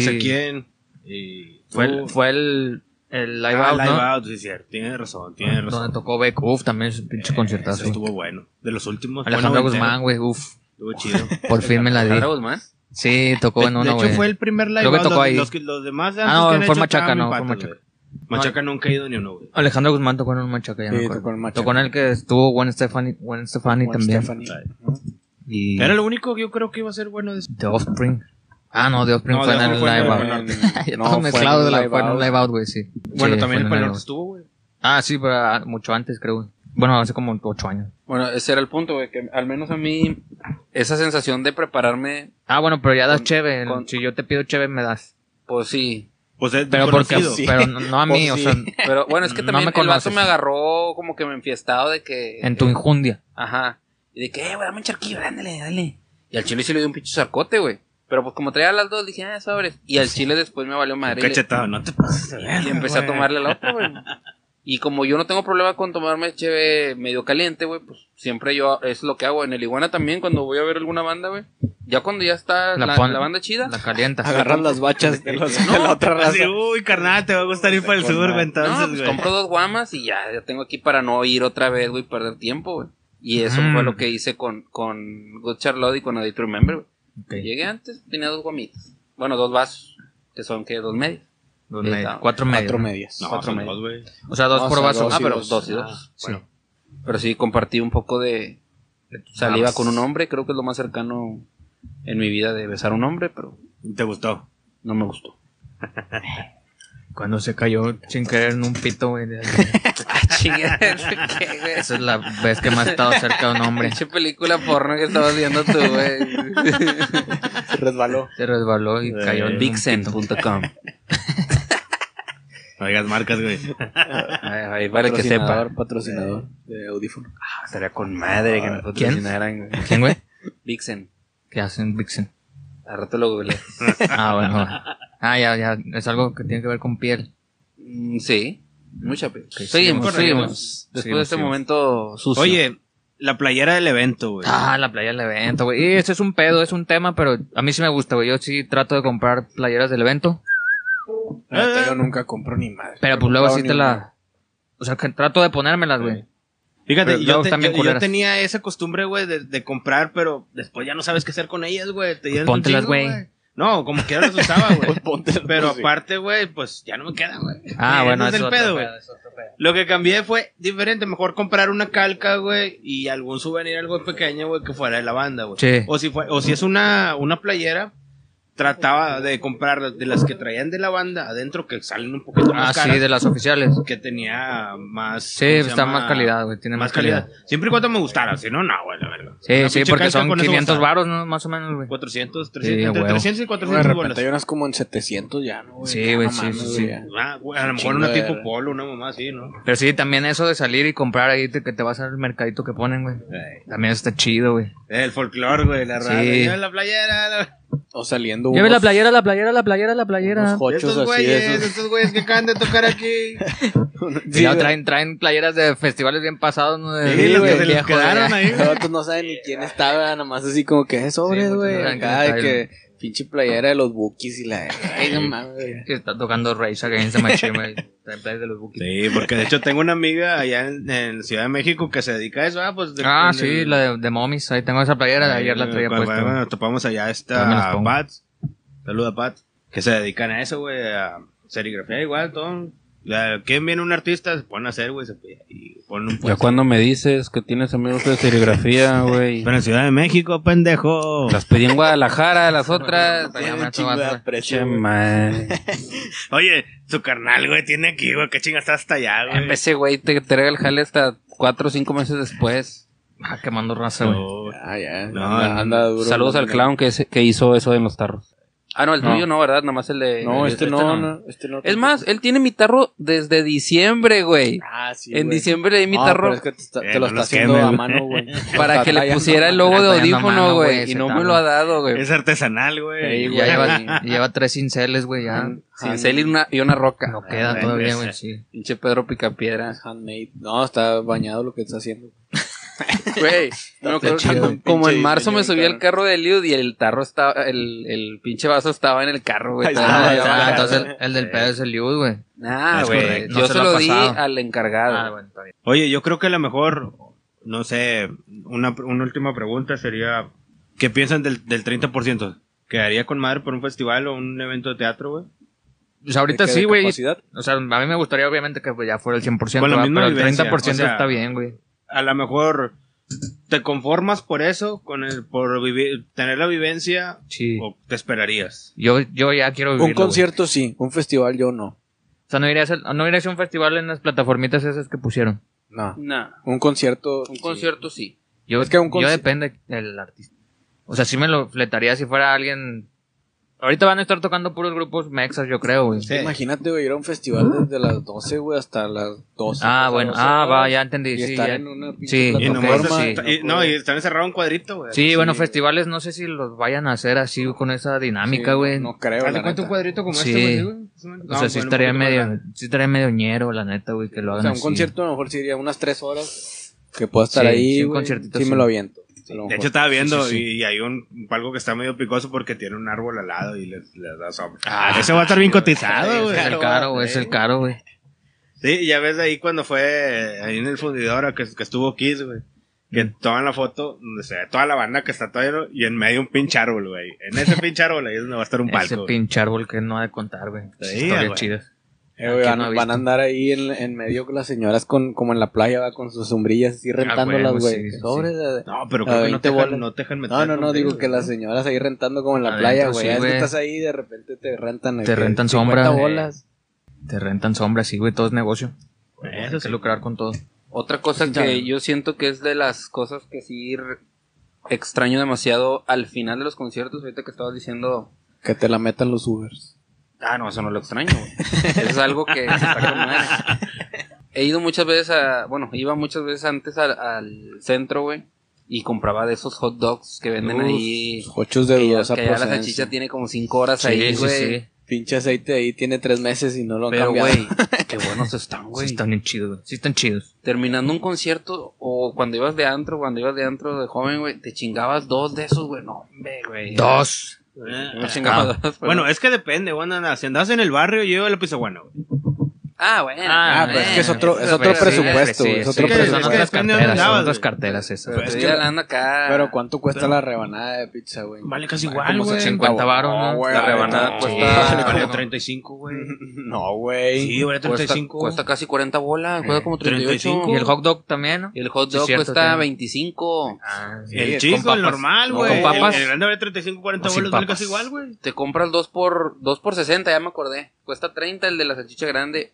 [SPEAKER 2] Sí.
[SPEAKER 3] sé quién. Y
[SPEAKER 2] Fue
[SPEAKER 3] tú.
[SPEAKER 2] el, fue el, el live
[SPEAKER 3] Ah,
[SPEAKER 2] out,
[SPEAKER 3] Live
[SPEAKER 2] ¿no? Ah,
[SPEAKER 3] Out, sí, cierto. Tienes razón, tienes razón.
[SPEAKER 2] Donde tocó Beck. Uf, también es un pinche
[SPEAKER 3] Eh,
[SPEAKER 2] conciertazo.
[SPEAKER 3] ese Estuvo bueno. De los últimos. fue
[SPEAKER 2] Alejandro
[SPEAKER 3] noventero.
[SPEAKER 2] Guzmán, güey. Uf,
[SPEAKER 3] Estuvo chido.
[SPEAKER 2] por fin me la di.
[SPEAKER 4] Sara Guzmán.
[SPEAKER 2] Sí, tocó en
[SPEAKER 3] de
[SPEAKER 2] una,
[SPEAKER 3] hecho, fue
[SPEAKER 2] güey.
[SPEAKER 3] el primer live.
[SPEAKER 2] Creo que
[SPEAKER 3] out,
[SPEAKER 2] tocó
[SPEAKER 3] los,
[SPEAKER 2] ahí.
[SPEAKER 3] Los, que- los demás de
[SPEAKER 2] Ah,
[SPEAKER 3] antes
[SPEAKER 2] no,
[SPEAKER 3] que han
[SPEAKER 2] fue
[SPEAKER 3] hecho
[SPEAKER 2] Machaca,
[SPEAKER 3] estaban
[SPEAKER 2] no,
[SPEAKER 3] en
[SPEAKER 2] fue
[SPEAKER 3] patas,
[SPEAKER 2] Machaca.
[SPEAKER 3] güey. Machaca nunca ha ido ni uno, güey.
[SPEAKER 2] Alejandro Guzmán tocó en un machaca, ya
[SPEAKER 1] Sí,
[SPEAKER 2] me acuerdo.
[SPEAKER 1] tocó en Machaca.
[SPEAKER 2] Tocó en el que estuvo Gwen Stefani, Gwen Stefani
[SPEAKER 1] Gwen
[SPEAKER 2] también.
[SPEAKER 1] Stefani.
[SPEAKER 2] Y
[SPEAKER 3] Era lo único que yo creo que iba a ser bueno de ese-
[SPEAKER 2] The Offspring. Ah, no, The Offspring
[SPEAKER 3] No,
[SPEAKER 2] fue
[SPEAKER 3] The
[SPEAKER 2] en el
[SPEAKER 3] Offspring fue en
[SPEAKER 2] live
[SPEAKER 3] el-
[SPEAKER 2] out.
[SPEAKER 3] Bueno,
[SPEAKER 2] Ya
[SPEAKER 1] no,
[SPEAKER 2] todos
[SPEAKER 1] fue
[SPEAKER 2] mezclados
[SPEAKER 1] en
[SPEAKER 2] de la
[SPEAKER 1] Live
[SPEAKER 2] fue en un
[SPEAKER 1] Out.
[SPEAKER 2] live out, güey, sí. Sí,
[SPEAKER 3] Bueno,
[SPEAKER 2] fue en
[SPEAKER 3] también el
[SPEAKER 2] live
[SPEAKER 3] Pal
[SPEAKER 2] out.
[SPEAKER 3] Norte estuvo, güey.
[SPEAKER 2] Ah, sí, pero ah, mucho antes, creo. güey. Bueno, hace como ocho años.
[SPEAKER 4] Bueno, ese era el punto, güey, que al menos a mí esa sensación de prepararme,
[SPEAKER 2] Ah, bueno, pero ya das
[SPEAKER 4] Con-
[SPEAKER 2] cheve.
[SPEAKER 4] con-
[SPEAKER 2] Si yo te pido cheve, me das.
[SPEAKER 4] pues sí.
[SPEAKER 3] Pues es
[SPEAKER 2] Pero porque,
[SPEAKER 3] desconocido.
[SPEAKER 2] pero no, no a mí,
[SPEAKER 1] Pues
[SPEAKER 2] o sea,
[SPEAKER 1] sí.
[SPEAKER 4] Pero bueno, es que
[SPEAKER 2] No
[SPEAKER 4] también
[SPEAKER 2] me
[SPEAKER 4] el vato
[SPEAKER 2] conoces.
[SPEAKER 4] me agarró como que me enfiestado de que...
[SPEAKER 2] en tu injundia.
[SPEAKER 4] Ajá. Y de que, eh, güey, dame un charquillo, ándale, dale. Y al chile sí le dio un pinche sarcote, güey. Pero pues como traía las dos, dije, ah, sobres. Y al chile después me valió madre. y le-
[SPEAKER 3] Cachetado, no te pases. de verga,
[SPEAKER 4] Y empecé a
[SPEAKER 3] güey.
[SPEAKER 4] tomarle la otra, güey. Y como yo no tengo problema con tomarme cheve medio caliente, güey, pues siempre yo es lo que hago. En el Iguana también, cuando voy a ver alguna banda, güey. Ya cuando ya está
[SPEAKER 2] La
[SPEAKER 4] la,
[SPEAKER 2] pon-
[SPEAKER 4] la banda chida.
[SPEAKER 2] La calientas.
[SPEAKER 1] Agarras las bachas de, los- de la otra raza.
[SPEAKER 3] Así, uy, carnal, te va a gustar ir para el
[SPEAKER 1] Con
[SPEAKER 3] sur, güey,
[SPEAKER 1] madre.
[SPEAKER 4] no,
[SPEAKER 3] entonces,
[SPEAKER 4] pues
[SPEAKER 3] güey.
[SPEAKER 4] compro dos guamas y ya, ya tengo aquí para no ir otra vez, güey, perder tiempo, güey. Y eso
[SPEAKER 2] Mm.
[SPEAKER 4] fue lo que hice con, con Good Charlotte y con A Day to Remember, güey.
[SPEAKER 2] Ok.
[SPEAKER 4] Llegué antes, tenía dos gomitas. Bueno, dos vasos, que son, que Dos medios.
[SPEAKER 2] Dos
[SPEAKER 4] Sí,
[SPEAKER 2] medias,
[SPEAKER 4] está.
[SPEAKER 2] Cuatro medias.
[SPEAKER 1] Cuatro
[SPEAKER 2] ¿no?
[SPEAKER 1] medias.
[SPEAKER 3] No,
[SPEAKER 1] Cuatro
[SPEAKER 3] son
[SPEAKER 1] medias.
[SPEAKER 3] dos, güey.
[SPEAKER 2] O sea, dos
[SPEAKER 1] No, o
[SPEAKER 2] por
[SPEAKER 1] sea,
[SPEAKER 2] vaso.
[SPEAKER 1] dos
[SPEAKER 4] ah,
[SPEAKER 1] y
[SPEAKER 4] pero
[SPEAKER 1] dos.
[SPEAKER 4] dos y dos.
[SPEAKER 2] Sí.
[SPEAKER 4] Bueno, pero sí compartí un poco de saliva
[SPEAKER 2] Ah,
[SPEAKER 4] con un hombre, creo que es lo más cercano en mi vida de besar a un hombre, pero
[SPEAKER 3] ¿Te gustó?
[SPEAKER 4] no me gustó.
[SPEAKER 2] Cuando se cayó sin querer en un pito, güey. de- Esa es la vez que más he estado cerca de un hombre.
[SPEAKER 4] Pinche película porno que estabas viendo tú, güey.
[SPEAKER 1] Se resbaló.
[SPEAKER 2] Se resbaló y
[SPEAKER 3] Eh,
[SPEAKER 2] cayó en un
[SPEAKER 4] Vixen.com.
[SPEAKER 3] No digas marcas, güey.
[SPEAKER 4] Ahí para que sepa.
[SPEAKER 2] Eh,
[SPEAKER 1] Patrocinador, patrocinador de audífono.
[SPEAKER 4] Ah, Estaría con madre que nos
[SPEAKER 2] ¿Quién?
[SPEAKER 4] patrocinaran, güey.
[SPEAKER 2] pito. ¿Quién, güey?
[SPEAKER 4] Vixen.
[SPEAKER 2] ¿Qué hacen Vixen?
[SPEAKER 4] Al rato lo googleé.
[SPEAKER 2] Ah, bueno. bueno. Ah, ya, ya. Es algo que tiene que ver con piel.
[SPEAKER 4] Mm, Sí, mucha pe-
[SPEAKER 2] sigamos,
[SPEAKER 4] Seguimos, seguimos.
[SPEAKER 2] seguimos.
[SPEAKER 4] Después
[SPEAKER 2] Seguimos,
[SPEAKER 4] de este
[SPEAKER 2] seguimos.
[SPEAKER 4] momento sucio.
[SPEAKER 3] Oye, la playera del evento, güey.
[SPEAKER 2] Ah, la playa del evento, güey. Y ese es un pedo, es un tema, pero a mí sí me gusta, güey. Yo sí trato de comprar playeras del evento,
[SPEAKER 3] Eh.
[SPEAKER 1] Yo nunca compro ni madre.
[SPEAKER 2] pero pues
[SPEAKER 1] No
[SPEAKER 2] luego
[SPEAKER 1] compro
[SPEAKER 2] sí
[SPEAKER 1] ni
[SPEAKER 2] te
[SPEAKER 1] una.
[SPEAKER 2] la... O sea, que trato de ponérmelas, güey.
[SPEAKER 3] Fíjate,
[SPEAKER 2] Pero
[SPEAKER 3] yo,
[SPEAKER 2] luego
[SPEAKER 3] te-
[SPEAKER 2] están bien
[SPEAKER 3] yo- yo
[SPEAKER 2] culeras.
[SPEAKER 3] tenía esa costumbre, güey, de, de comprar, pero después ya no sabes qué hacer con ellas, Pues güey. Te llenas de un
[SPEAKER 2] Póntelas,
[SPEAKER 3] chingo,
[SPEAKER 2] güey.
[SPEAKER 3] No, como quiera las usaba, güey.
[SPEAKER 1] Pues ponte las
[SPEAKER 3] Pero
[SPEAKER 1] dos, sí.
[SPEAKER 3] aparte, güey, pues ya no me queda, güey.
[SPEAKER 2] Ah,
[SPEAKER 3] Ese
[SPEAKER 2] bueno,
[SPEAKER 3] es el
[SPEAKER 2] otro
[SPEAKER 3] pedo, güey.
[SPEAKER 2] es otro pedo.
[SPEAKER 3] Lo que cambié fue diferente. Mejor comprar una calca, güey, y algún souvenir, algo pequeño, güey, que fuera de la banda, güey.
[SPEAKER 2] Sí.
[SPEAKER 3] O si, fue, o si es una, una playera, trataba de comprar de las que traían de la banda adentro, que salen un poquito
[SPEAKER 2] Ah,
[SPEAKER 3] más caras.
[SPEAKER 2] sí, de las oficiales.
[SPEAKER 3] Que tenía más...
[SPEAKER 2] Sí,
[SPEAKER 3] ¿cómo se
[SPEAKER 2] está
[SPEAKER 3] llama?
[SPEAKER 2] más calidad, güey. Tiene
[SPEAKER 3] más calidad. Siempre y cuando me gustara, si no, no, güey, la verdad.
[SPEAKER 2] Sí,
[SPEAKER 3] Una
[SPEAKER 2] sí,
[SPEAKER 3] pinche
[SPEAKER 2] porque
[SPEAKER 3] calca
[SPEAKER 2] son
[SPEAKER 3] con eso
[SPEAKER 2] 500
[SPEAKER 3] basta.
[SPEAKER 2] varos, ¿no? Más o menos, güey.
[SPEAKER 3] 400,
[SPEAKER 2] Sí,
[SPEAKER 3] 300,
[SPEAKER 2] a
[SPEAKER 3] entre
[SPEAKER 2] huevo.
[SPEAKER 3] 300 y
[SPEAKER 1] De
[SPEAKER 3] 400
[SPEAKER 1] repente hay
[SPEAKER 3] bolas.
[SPEAKER 1] unas como en 700 ya, ¿no? güey?
[SPEAKER 2] Sí, güey,
[SPEAKER 1] No
[SPEAKER 2] sí,
[SPEAKER 1] mames,
[SPEAKER 2] sí,
[SPEAKER 1] güey,
[SPEAKER 2] sí.
[SPEAKER 1] ya.
[SPEAKER 3] Ah, güey, a lo mejor
[SPEAKER 1] Chingo
[SPEAKER 3] una
[SPEAKER 1] de
[SPEAKER 3] tipo
[SPEAKER 1] verga.
[SPEAKER 3] polo, una mamá así, ¿no?
[SPEAKER 2] Pero sí, también eso de salir y comprar ahí te- que te vas al mercadito que ponen, güey. También está chido, güey.
[SPEAKER 3] El folclore, güey, la
[SPEAKER 2] Sí.
[SPEAKER 3] rara. Yo en la playera, la...
[SPEAKER 1] O saliendo
[SPEAKER 2] Lleve
[SPEAKER 1] unos-
[SPEAKER 2] la playera, la playera, la playera, la playera.
[SPEAKER 1] unos jochos
[SPEAKER 3] Estos
[SPEAKER 1] así
[SPEAKER 3] güeyes,
[SPEAKER 1] de esos.
[SPEAKER 3] estos güeyes que acaban de tocar aquí.
[SPEAKER 2] Y luego traen, traen playeras de festivales bien pasados, ¿no? De-
[SPEAKER 1] Sí,
[SPEAKER 3] los
[SPEAKER 1] güey,
[SPEAKER 3] que se les
[SPEAKER 2] viejo,
[SPEAKER 3] quedaron
[SPEAKER 2] de-
[SPEAKER 3] ahí.
[SPEAKER 1] Los vatos no saben ni quién estaba, nada más así como que es sobre,
[SPEAKER 2] Sí, muchos
[SPEAKER 1] güey.
[SPEAKER 2] no saben quién
[SPEAKER 1] acá de
[SPEAKER 2] está,
[SPEAKER 1] que Pinche playera de los bookies y la. Ay, no mames.
[SPEAKER 2] Que está tocando Rage Against the Machine, güey. Está en plan de los Bukis.
[SPEAKER 3] Sí, porque de hecho tengo una amiga allá en, en Ciudad de México que se dedica a eso. Ah, pues de-
[SPEAKER 2] Ah,
[SPEAKER 3] en
[SPEAKER 2] sí,
[SPEAKER 3] el-
[SPEAKER 2] la de, de Momis. Ahí tengo esa playera. de ayer la traía
[SPEAKER 3] Bueno,
[SPEAKER 2] puesta.
[SPEAKER 3] bueno, topamos allá
[SPEAKER 2] Ya me las
[SPEAKER 3] esta
[SPEAKER 2] pongo.
[SPEAKER 3] Pat. Saluda Pat. Que se dedican a eso, güey. A serigrafía igual, todo. La- ¿Quién viene un artista? Se pone a hacer, güey. se- Y pone un
[SPEAKER 4] Ya
[SPEAKER 3] puesto.
[SPEAKER 4] cuando me dices que tienes amigos de serigrafía, güey.
[SPEAKER 3] Pero en Ciudad de México, pendejo.
[SPEAKER 4] Las pedí en Guadalajara, las otras.
[SPEAKER 2] Traía
[SPEAKER 1] Un
[SPEAKER 2] una
[SPEAKER 1] chingo de
[SPEAKER 2] toda-
[SPEAKER 1] aprecio,
[SPEAKER 4] Che,
[SPEAKER 1] güey.
[SPEAKER 4] madre.
[SPEAKER 3] Oye, su carnal, güey, tiene aquí, güey. ¿Qué chingas está hasta allá, güey?
[SPEAKER 4] Ese güey te entrega el jale hasta cuatro o cinco meses después.
[SPEAKER 2] Ah, quemando raza, güey.
[SPEAKER 3] No,
[SPEAKER 1] Ah, ya.
[SPEAKER 3] No,
[SPEAKER 1] anda, anda duro.
[SPEAKER 4] Saludos al
[SPEAKER 1] Anda-
[SPEAKER 4] clown que, es- que hizo eso en los tarros. Ah, no, el
[SPEAKER 2] No.
[SPEAKER 4] tuyo no, ¿verdad? Nomás el de...
[SPEAKER 1] No,
[SPEAKER 4] el-
[SPEAKER 1] este no, no, este no.
[SPEAKER 4] Es más, él tiene mi tarro desde diciembre, güey.
[SPEAKER 1] Ah, sí,
[SPEAKER 4] en
[SPEAKER 1] güey.
[SPEAKER 4] diciembre le di mi
[SPEAKER 1] No,
[SPEAKER 4] tarro
[SPEAKER 1] pero es que te, está-
[SPEAKER 3] Eh,
[SPEAKER 1] te lo
[SPEAKER 3] no
[SPEAKER 1] está
[SPEAKER 3] los
[SPEAKER 1] haciendo
[SPEAKER 3] quemes,
[SPEAKER 1] a
[SPEAKER 3] güey.
[SPEAKER 1] mano, güey.
[SPEAKER 4] para que
[SPEAKER 1] Está
[SPEAKER 4] le
[SPEAKER 1] tallando-
[SPEAKER 4] pusiera el logo de
[SPEAKER 2] está tallando
[SPEAKER 4] audífono,
[SPEAKER 2] mano, güey,
[SPEAKER 4] güey. Y
[SPEAKER 2] ese
[SPEAKER 4] no me
[SPEAKER 2] tarro.
[SPEAKER 4] lo ha dado, güey.
[SPEAKER 3] es artesanal,
[SPEAKER 4] Ey,
[SPEAKER 3] güey.
[SPEAKER 4] güey.
[SPEAKER 2] Ya lleva, lleva tres cinceles, güey. Ya
[SPEAKER 4] Sin cel y Ah, una, y una roca.
[SPEAKER 2] no queda
[SPEAKER 3] Ah,
[SPEAKER 2] todavía,
[SPEAKER 3] ese.
[SPEAKER 2] güey. Sí.
[SPEAKER 4] Pinche Pedro Picapiedra.
[SPEAKER 1] Handmade. No, está bañado lo que está haciendo.
[SPEAKER 4] Güey, no creo que-
[SPEAKER 1] chido.
[SPEAKER 4] como
[SPEAKER 1] Pinche
[SPEAKER 4] en marzo me
[SPEAKER 1] diseño
[SPEAKER 4] subí
[SPEAKER 1] del
[SPEAKER 4] al carro de Eliud y el tarro estaba, el, el pinche vaso estaba en el carro, güey.
[SPEAKER 1] Ahí
[SPEAKER 4] Todavía
[SPEAKER 1] está,
[SPEAKER 4] no
[SPEAKER 2] Ah,
[SPEAKER 1] ahí
[SPEAKER 4] llegaba.
[SPEAKER 1] está.
[SPEAKER 2] ah, entonces el, el del pedo es el Liud, güey.
[SPEAKER 4] Nah,
[SPEAKER 3] Es
[SPEAKER 4] güey.
[SPEAKER 3] correcto.
[SPEAKER 4] Yo
[SPEAKER 2] No
[SPEAKER 4] se,
[SPEAKER 2] se lo
[SPEAKER 4] lo
[SPEAKER 2] ha
[SPEAKER 4] di
[SPEAKER 2] pasado.
[SPEAKER 4] al encargado.
[SPEAKER 2] Ah, bueno, está bien.
[SPEAKER 3] Oye, yo creo que a lo mejor, no sé, una, una última pregunta sería, ¿qué piensan del, del 30%? ¿Quedaría con madre por un festival o un evento de teatro, güey?
[SPEAKER 2] Pues ahorita
[SPEAKER 1] ¿De qué?
[SPEAKER 2] sí,
[SPEAKER 1] ¿De
[SPEAKER 2] güey.
[SPEAKER 1] capacidad?
[SPEAKER 3] Pues
[SPEAKER 2] O sea, a mí me gustaría obviamente que pues, ya fuera el 100%,
[SPEAKER 3] Con la
[SPEAKER 2] ¿verdad?
[SPEAKER 3] misma
[SPEAKER 2] pero el 30%
[SPEAKER 3] vivencia, o sea,
[SPEAKER 2] está bien, güey.
[SPEAKER 3] A lo mejor te conformas por eso, con el, por vivi- tener la vivencia,
[SPEAKER 2] Sí.
[SPEAKER 3] o te esperarías.
[SPEAKER 2] Yo, yo ya quiero vivirlo,
[SPEAKER 1] Un
[SPEAKER 2] güey.
[SPEAKER 1] concierto sí, un festival yo no.
[SPEAKER 2] O sea, no iría a hacer- no iría a hacer un festival en las plataformitas esas que pusieron.
[SPEAKER 1] No.
[SPEAKER 4] Nah,
[SPEAKER 1] Un concierto.
[SPEAKER 4] un
[SPEAKER 1] sí.
[SPEAKER 4] concierto sí.
[SPEAKER 2] Yo,
[SPEAKER 1] Es que un
[SPEAKER 2] yo
[SPEAKER 1] conci-
[SPEAKER 2] depende del artista. O sea, sí me lo fletaría si fuera alguien. Ahorita van a estar tocando puros grupos mexas, yo creo, güey.
[SPEAKER 3] Sí.
[SPEAKER 1] Imagínate, güey, ir a un
[SPEAKER 3] ¿Mm?
[SPEAKER 1] festival desde las 12, güey, hasta las 12.
[SPEAKER 2] Ah,
[SPEAKER 1] las
[SPEAKER 2] bueno.
[SPEAKER 1] 12,
[SPEAKER 2] Ah,
[SPEAKER 1] güey,
[SPEAKER 2] va, ya entendí.
[SPEAKER 1] Y
[SPEAKER 2] Sí,
[SPEAKER 1] estar
[SPEAKER 2] ya.
[SPEAKER 1] en una pinche
[SPEAKER 2] Sí.
[SPEAKER 3] Y nomás
[SPEAKER 1] plataforma.
[SPEAKER 2] Sí.
[SPEAKER 3] está- y- no, y están encerrados en un cuadrito, güey.
[SPEAKER 2] Sí, bueno,
[SPEAKER 1] Sí.
[SPEAKER 2] festivales no sé si los vayan a hacer así con esa dinámica,
[SPEAKER 1] Sí,
[SPEAKER 2] güey.
[SPEAKER 1] No creo,
[SPEAKER 3] Haz de
[SPEAKER 1] la
[SPEAKER 3] cuenta
[SPEAKER 1] neta.
[SPEAKER 3] un cuadrito como
[SPEAKER 2] Sí.
[SPEAKER 3] este, güey, güey.
[SPEAKER 2] o sea, sí
[SPEAKER 3] pues,
[SPEAKER 2] estaría medio, sí estaría medio ñero, la neta, güey, que
[SPEAKER 1] O
[SPEAKER 2] lo hagan
[SPEAKER 1] sea, un
[SPEAKER 2] así.
[SPEAKER 1] concierto a lo mejor sería unas 3 horas que pueda estar
[SPEAKER 2] Sí,
[SPEAKER 1] ahí,
[SPEAKER 2] sí, un
[SPEAKER 1] güey.
[SPEAKER 2] conciertito
[SPEAKER 1] sí
[SPEAKER 2] sí.
[SPEAKER 1] me lo aviento. a lo
[SPEAKER 3] De
[SPEAKER 1] mejor.
[SPEAKER 3] hecho, estaba viendo
[SPEAKER 2] Sí, sí, sí.
[SPEAKER 3] y hay un algo que está medio picoso porque tiene un árbol al lado y le, le da sombra.
[SPEAKER 2] Ah,
[SPEAKER 3] ese va a estar bien cotizado,
[SPEAKER 2] Es el caro, güey, es el caro, güey.
[SPEAKER 3] Sí, ya ves ahí cuando fue ahí en el fundidora que, que estuvo Kiss, güey. Que
[SPEAKER 2] Mm.
[SPEAKER 3] toman la foto, donde se ve toda la banda que está todavía y en medio un pinche árbol, güey. En ese pinche árbol ahí es donde va a estar un
[SPEAKER 2] Ese
[SPEAKER 3] palco. güey.
[SPEAKER 2] pinche árbol que no ha de contar, güey.
[SPEAKER 3] Sí,
[SPEAKER 2] Historias
[SPEAKER 3] güey.
[SPEAKER 2] chidas.
[SPEAKER 1] Eh, güey,
[SPEAKER 2] ¿Quién
[SPEAKER 1] van,
[SPEAKER 2] no ha
[SPEAKER 1] van a
[SPEAKER 2] visto?
[SPEAKER 1] andar ahí en, en medio con las señoras con, como en la playa, va, con sus sombrillas así rentándolas,
[SPEAKER 2] huevo,
[SPEAKER 1] güey.
[SPEAKER 2] sí, sí,
[SPEAKER 1] Sobre la-
[SPEAKER 3] No, pero
[SPEAKER 1] A
[SPEAKER 3] creo que no
[SPEAKER 1] 20
[SPEAKER 3] te,
[SPEAKER 1] bolas.
[SPEAKER 3] dejan, no te dejan meter.
[SPEAKER 1] No, no, no,
[SPEAKER 3] sombrillo,
[SPEAKER 1] digo que
[SPEAKER 3] güey.
[SPEAKER 1] las señoras ahí rentando como en la
[SPEAKER 2] Adentro,
[SPEAKER 1] playa, güey.
[SPEAKER 2] sí,
[SPEAKER 1] Es que
[SPEAKER 2] güey.
[SPEAKER 1] estás ahí y de repente te rentan. eh,
[SPEAKER 2] Te
[SPEAKER 1] que
[SPEAKER 2] rentan
[SPEAKER 1] 50
[SPEAKER 2] sombra, eh.
[SPEAKER 1] bolas.
[SPEAKER 2] Te rentan sombras, sí, güey, todo es negocio.
[SPEAKER 3] Eso
[SPEAKER 2] Hay
[SPEAKER 3] sí.
[SPEAKER 2] que lucrar con todo.
[SPEAKER 4] Otra cosa que
[SPEAKER 1] Chale.
[SPEAKER 4] yo siento que es de las cosas que sí r- extraño demasiado al final de los conciertos, ahorita que estabas diciendo,
[SPEAKER 1] Que te la metan los Ubers.
[SPEAKER 4] ah, no, eso no lo extraño, güey. Eso es algo que se está con madre. He ido muchas veces a, bueno, iba muchas veces antes al, al centro, güey, y compraba de esos hot dogs que venden
[SPEAKER 1] Uf,
[SPEAKER 4] ahí.
[SPEAKER 1] Jochos de
[SPEAKER 4] Que ya,
[SPEAKER 1] dudosa
[SPEAKER 4] que ya la
[SPEAKER 1] procedencia.
[SPEAKER 4] salchicha tiene como cinco horas ahí, güey.
[SPEAKER 1] Pinche aceite ahí tiene tres meses y no lo han
[SPEAKER 4] Pero,
[SPEAKER 1] cambiado.
[SPEAKER 4] güey, qué buenos están,
[SPEAKER 2] Sí
[SPEAKER 4] güey.
[SPEAKER 2] están bien chidos, güey. Sí están chidos.
[SPEAKER 4] Terminando un concierto, o cuando ibas de antro, cuando ibas de antro de joven, güey, te chingabas dos de esos, güey. No, hombre, güey.
[SPEAKER 2] Dos.
[SPEAKER 3] Eh,
[SPEAKER 4] No chingaba dos. pero-
[SPEAKER 3] Bueno, es que depende, bueno, nada, si andas en el barrio, yo le piso bueno, güey.
[SPEAKER 4] Ah, bueno.
[SPEAKER 1] Ah, pero es que es otro- es otro
[SPEAKER 2] Pero sí,
[SPEAKER 1] presupuesto,
[SPEAKER 2] sí,
[SPEAKER 1] güey, es
[SPEAKER 2] sí,
[SPEAKER 1] otro
[SPEAKER 2] sí,
[SPEAKER 3] presupuesto.
[SPEAKER 2] Son
[SPEAKER 3] Es
[SPEAKER 2] otras
[SPEAKER 3] que depende
[SPEAKER 2] carteras,
[SPEAKER 3] de dónde
[SPEAKER 2] son
[SPEAKER 3] andabas,
[SPEAKER 2] otras
[SPEAKER 3] güey.
[SPEAKER 2] carteras esas.
[SPEAKER 4] Pero
[SPEAKER 2] güey.
[SPEAKER 4] te
[SPEAKER 1] es
[SPEAKER 4] estoy
[SPEAKER 1] que-
[SPEAKER 4] hablando acá.
[SPEAKER 1] Pero ¿cuánto cuesta
[SPEAKER 3] Pero-
[SPEAKER 1] la rebanada de pizza, güey?
[SPEAKER 3] Vale casi
[SPEAKER 2] Vale,
[SPEAKER 3] igual,
[SPEAKER 2] como
[SPEAKER 3] güey.
[SPEAKER 2] 50 varos, ¿no?
[SPEAKER 1] güey,
[SPEAKER 4] La
[SPEAKER 1] no,
[SPEAKER 4] rebanada
[SPEAKER 1] no,
[SPEAKER 4] cuesta-
[SPEAKER 1] vale,
[SPEAKER 3] Vale
[SPEAKER 1] como-
[SPEAKER 3] como 35, güey.
[SPEAKER 1] No, güey.
[SPEAKER 3] Sí, vale
[SPEAKER 4] Cuesta,
[SPEAKER 3] 35.
[SPEAKER 4] cuesta casi 40 bolas, cuesta como 38.
[SPEAKER 3] 35.
[SPEAKER 2] Y el hot dog también, ¿no?
[SPEAKER 4] Y el hot
[SPEAKER 2] Sí,
[SPEAKER 4] dog
[SPEAKER 2] cierto,
[SPEAKER 4] cuesta
[SPEAKER 2] tiene.
[SPEAKER 4] 25.
[SPEAKER 2] Ah, sí.
[SPEAKER 3] El
[SPEAKER 1] es
[SPEAKER 3] chico,
[SPEAKER 1] con papas.
[SPEAKER 3] el normal,
[SPEAKER 1] No,
[SPEAKER 3] güey.
[SPEAKER 4] con
[SPEAKER 3] El-
[SPEAKER 4] papas.
[SPEAKER 3] El grande vale 35, 40
[SPEAKER 2] O sin
[SPEAKER 3] bolas, vale
[SPEAKER 2] papas.
[SPEAKER 3] casi igual, güey.
[SPEAKER 4] Te compras dos por, dos por 60, ya me acordé. Cuesta 30 el de la salchicha grande.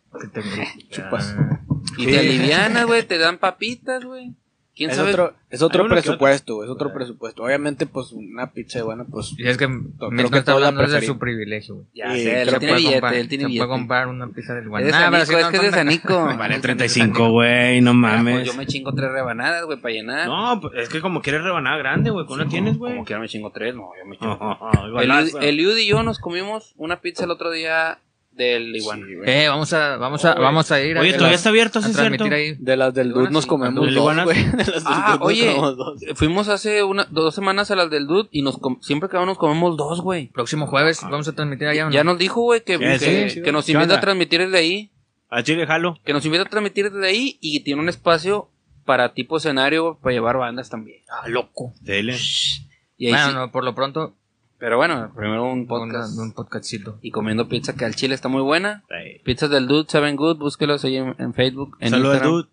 [SPEAKER 1] Chupas.
[SPEAKER 2] Ah,
[SPEAKER 4] Y
[SPEAKER 1] Sí.
[SPEAKER 4] te alivianas, güey, te dan papitas, güey. ¿Quién
[SPEAKER 1] Es
[SPEAKER 4] sabe?
[SPEAKER 1] otro, es otro
[SPEAKER 3] Alguno que otro.
[SPEAKER 1] presupuesto, güey, es otro presupuesto. Obviamente, pues una pizza, bueno, pues
[SPEAKER 2] Y es que Mitch
[SPEAKER 1] que
[SPEAKER 2] no está
[SPEAKER 1] todos la
[SPEAKER 2] hablando desde
[SPEAKER 1] preferimos.
[SPEAKER 2] su privilegio, güey.
[SPEAKER 4] Ya
[SPEAKER 1] Sí,
[SPEAKER 4] sé,
[SPEAKER 1] se
[SPEAKER 4] él
[SPEAKER 2] Se
[SPEAKER 4] tiene
[SPEAKER 2] puede comprar-
[SPEAKER 4] billete, él tiene
[SPEAKER 2] se puede
[SPEAKER 4] billete.
[SPEAKER 2] comprar una pizza del
[SPEAKER 4] Es de
[SPEAKER 2] Guaná, pero
[SPEAKER 4] Sanico,
[SPEAKER 2] si
[SPEAKER 4] es
[SPEAKER 2] Pues no
[SPEAKER 4] que es de
[SPEAKER 2] son tan-
[SPEAKER 4] Sanico.
[SPEAKER 3] Vale 35, güey, no
[SPEAKER 4] Ah, pues
[SPEAKER 3] mames.
[SPEAKER 4] Yo me chingo tres rebanadas, güey, para llenar.
[SPEAKER 3] No, pues, es que como quieres rebanada grande, güey. ¿Con la tienes, güey?
[SPEAKER 4] Como quiera me chingo tres, no, yo me chingo.
[SPEAKER 3] Ajá, ajá,
[SPEAKER 4] El,
[SPEAKER 3] igualazo.
[SPEAKER 4] Eliud y yo nos comimos una pizza el otro día del iguana.
[SPEAKER 1] Sí, güey.
[SPEAKER 2] Eh, vamos a, vamos a,
[SPEAKER 1] Oye.
[SPEAKER 2] vamos a ir a,
[SPEAKER 3] Oye,
[SPEAKER 2] a
[SPEAKER 3] todavía
[SPEAKER 2] las-
[SPEAKER 3] está abierto, sí,
[SPEAKER 2] a
[SPEAKER 3] es cierto.
[SPEAKER 2] transmitir ahí.
[SPEAKER 1] De las del
[SPEAKER 2] Iguana
[SPEAKER 1] Dud nos
[SPEAKER 2] sí,
[SPEAKER 1] comemos
[SPEAKER 3] del
[SPEAKER 1] dos,
[SPEAKER 3] iguana.
[SPEAKER 1] güey. De las del
[SPEAKER 4] Ah,
[SPEAKER 1] Dud nos
[SPEAKER 4] oye.
[SPEAKER 1] comemos dos.
[SPEAKER 4] Eh, Fuimos hace una, dos semanas a las del Dude y nos com- siempre que vamos nos comemos dos, güey.
[SPEAKER 2] Próximo jueves
[SPEAKER 1] Ah.
[SPEAKER 2] vamos a transmitir allá. ¿o no?
[SPEAKER 4] Ya nos dijo, güey, que,
[SPEAKER 3] Ya,
[SPEAKER 4] que-
[SPEAKER 3] sí, sí,
[SPEAKER 4] que nos
[SPEAKER 3] ¿qué
[SPEAKER 4] invita a
[SPEAKER 3] onda?
[SPEAKER 4] transmitir desde ahí.
[SPEAKER 3] A Chile jalo.
[SPEAKER 4] Que nos invita a transmitir desde ahí y tiene un espacio para tipo escenario para llevar bandas también.
[SPEAKER 2] Ah, loco.
[SPEAKER 3] Dele.
[SPEAKER 4] Y ahí
[SPEAKER 2] Bueno,
[SPEAKER 4] sí-
[SPEAKER 2] no, por lo pronto,
[SPEAKER 4] Pero bueno, primero un podcast
[SPEAKER 2] una- un podcastcito.
[SPEAKER 4] y comiendo pizza que al chile está muy buena. Pizzas del Dude saben good, búsquelos ahí en, en Facebook, en
[SPEAKER 3] Saludos,
[SPEAKER 4] Instagram.
[SPEAKER 3] dude.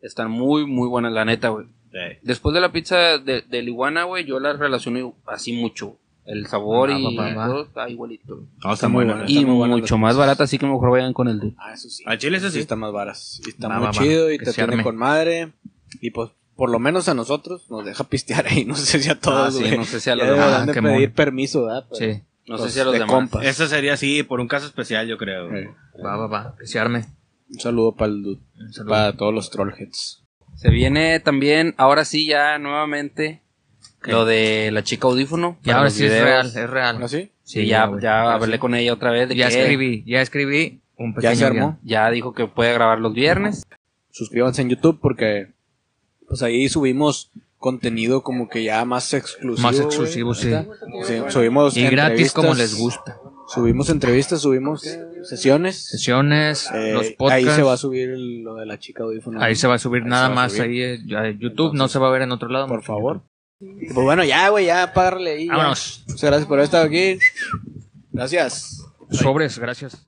[SPEAKER 4] Están muy, muy buenas, la neta, güey.
[SPEAKER 3] Ey.
[SPEAKER 4] Después de la pizza de, del iguana, güey, yo la relaciono así mucho. El sabor
[SPEAKER 2] Ah,
[SPEAKER 4] y
[SPEAKER 2] papá, va.
[SPEAKER 4] todo está igualito. güey.
[SPEAKER 3] No,
[SPEAKER 1] Está
[SPEAKER 3] está
[SPEAKER 1] muy
[SPEAKER 3] bueno.
[SPEAKER 1] bueno.
[SPEAKER 3] Y-
[SPEAKER 4] Y
[SPEAKER 1] muy buenas
[SPEAKER 4] mucho
[SPEAKER 1] las
[SPEAKER 4] más
[SPEAKER 1] pizzas.
[SPEAKER 4] barata, así que mejor vayan con el Dude.
[SPEAKER 1] Ah, eso sí.
[SPEAKER 3] Al chile eso sí.
[SPEAKER 1] está más varas. Y está
[SPEAKER 2] Va,
[SPEAKER 1] muy
[SPEAKER 2] va, va.
[SPEAKER 1] chido y
[SPEAKER 2] Que
[SPEAKER 1] te
[SPEAKER 2] se
[SPEAKER 1] tiene
[SPEAKER 2] arme.
[SPEAKER 1] con madre. Y pues, por lo menos a nosotros nos deja pistear ahí. No sé si a
[SPEAKER 4] Ah,
[SPEAKER 1] todos,
[SPEAKER 4] sí,
[SPEAKER 1] güey.
[SPEAKER 4] no sé si
[SPEAKER 1] Ya
[SPEAKER 4] a los
[SPEAKER 1] debo
[SPEAKER 4] demás.
[SPEAKER 2] Ah,
[SPEAKER 1] de
[SPEAKER 2] qué
[SPEAKER 1] pedir
[SPEAKER 2] mono.
[SPEAKER 1] permiso, ¿verdad? Pero-
[SPEAKER 2] Sí.
[SPEAKER 4] No
[SPEAKER 1] Los
[SPEAKER 4] sé si a los
[SPEAKER 1] de
[SPEAKER 4] demás.
[SPEAKER 1] compas.
[SPEAKER 3] Eso sería así, por un caso especial, yo creo.
[SPEAKER 1] Eh,
[SPEAKER 2] Va, va, va. Que se arme.
[SPEAKER 1] Un saludo para el Dud.
[SPEAKER 2] Un saludo.
[SPEAKER 1] Para todos los trollheads.
[SPEAKER 4] Se viene también, ahora sí, ya nuevamente,
[SPEAKER 2] ¿Qué?
[SPEAKER 4] lo de la chica audífono.
[SPEAKER 2] Y
[SPEAKER 4] para
[SPEAKER 2] ahora
[SPEAKER 4] los
[SPEAKER 2] sí es
[SPEAKER 4] videos.
[SPEAKER 2] real, es real.
[SPEAKER 1] ¿Ahora sí?
[SPEAKER 4] Sí, ya,
[SPEAKER 2] güey.
[SPEAKER 4] ya
[SPEAKER 2] Ahora
[SPEAKER 4] hablé
[SPEAKER 2] sí.
[SPEAKER 4] con ella otra vez. De
[SPEAKER 2] Ya
[SPEAKER 4] que
[SPEAKER 2] escribí, ya escribí un pequeño
[SPEAKER 1] Ya se armó.
[SPEAKER 2] guión.
[SPEAKER 4] Ya dijo que puede grabar los viernes.
[SPEAKER 1] Suscríbanse en YouTube porque pues ahí subimos contenido como que ya más exclusivo.
[SPEAKER 2] Más
[SPEAKER 1] güey,
[SPEAKER 2] exclusivo, sí.
[SPEAKER 1] ¿neta? Sí, subimos
[SPEAKER 2] Y gratis como
[SPEAKER 1] entrevistas,
[SPEAKER 2] les gusta.
[SPEAKER 1] Subimos entrevistas, subimos sesiones.
[SPEAKER 2] Sesiones,
[SPEAKER 1] Eh,
[SPEAKER 2] los podcasts.
[SPEAKER 1] Ahí se va a subir el- lo de la chica audífono.
[SPEAKER 2] subir
[SPEAKER 1] Ahí
[SPEAKER 2] nada
[SPEAKER 1] se va a
[SPEAKER 2] más
[SPEAKER 1] subir.
[SPEAKER 2] ahí eh, a YouTube, no se va a ver en otro lado.
[SPEAKER 1] Por favor. Y Pues bueno, ya, güey, ya, párale ahí. ya.
[SPEAKER 2] Vámonos.
[SPEAKER 1] Muchas gracias por haber estado aquí. Gracias.
[SPEAKER 2] Sobres, gracias.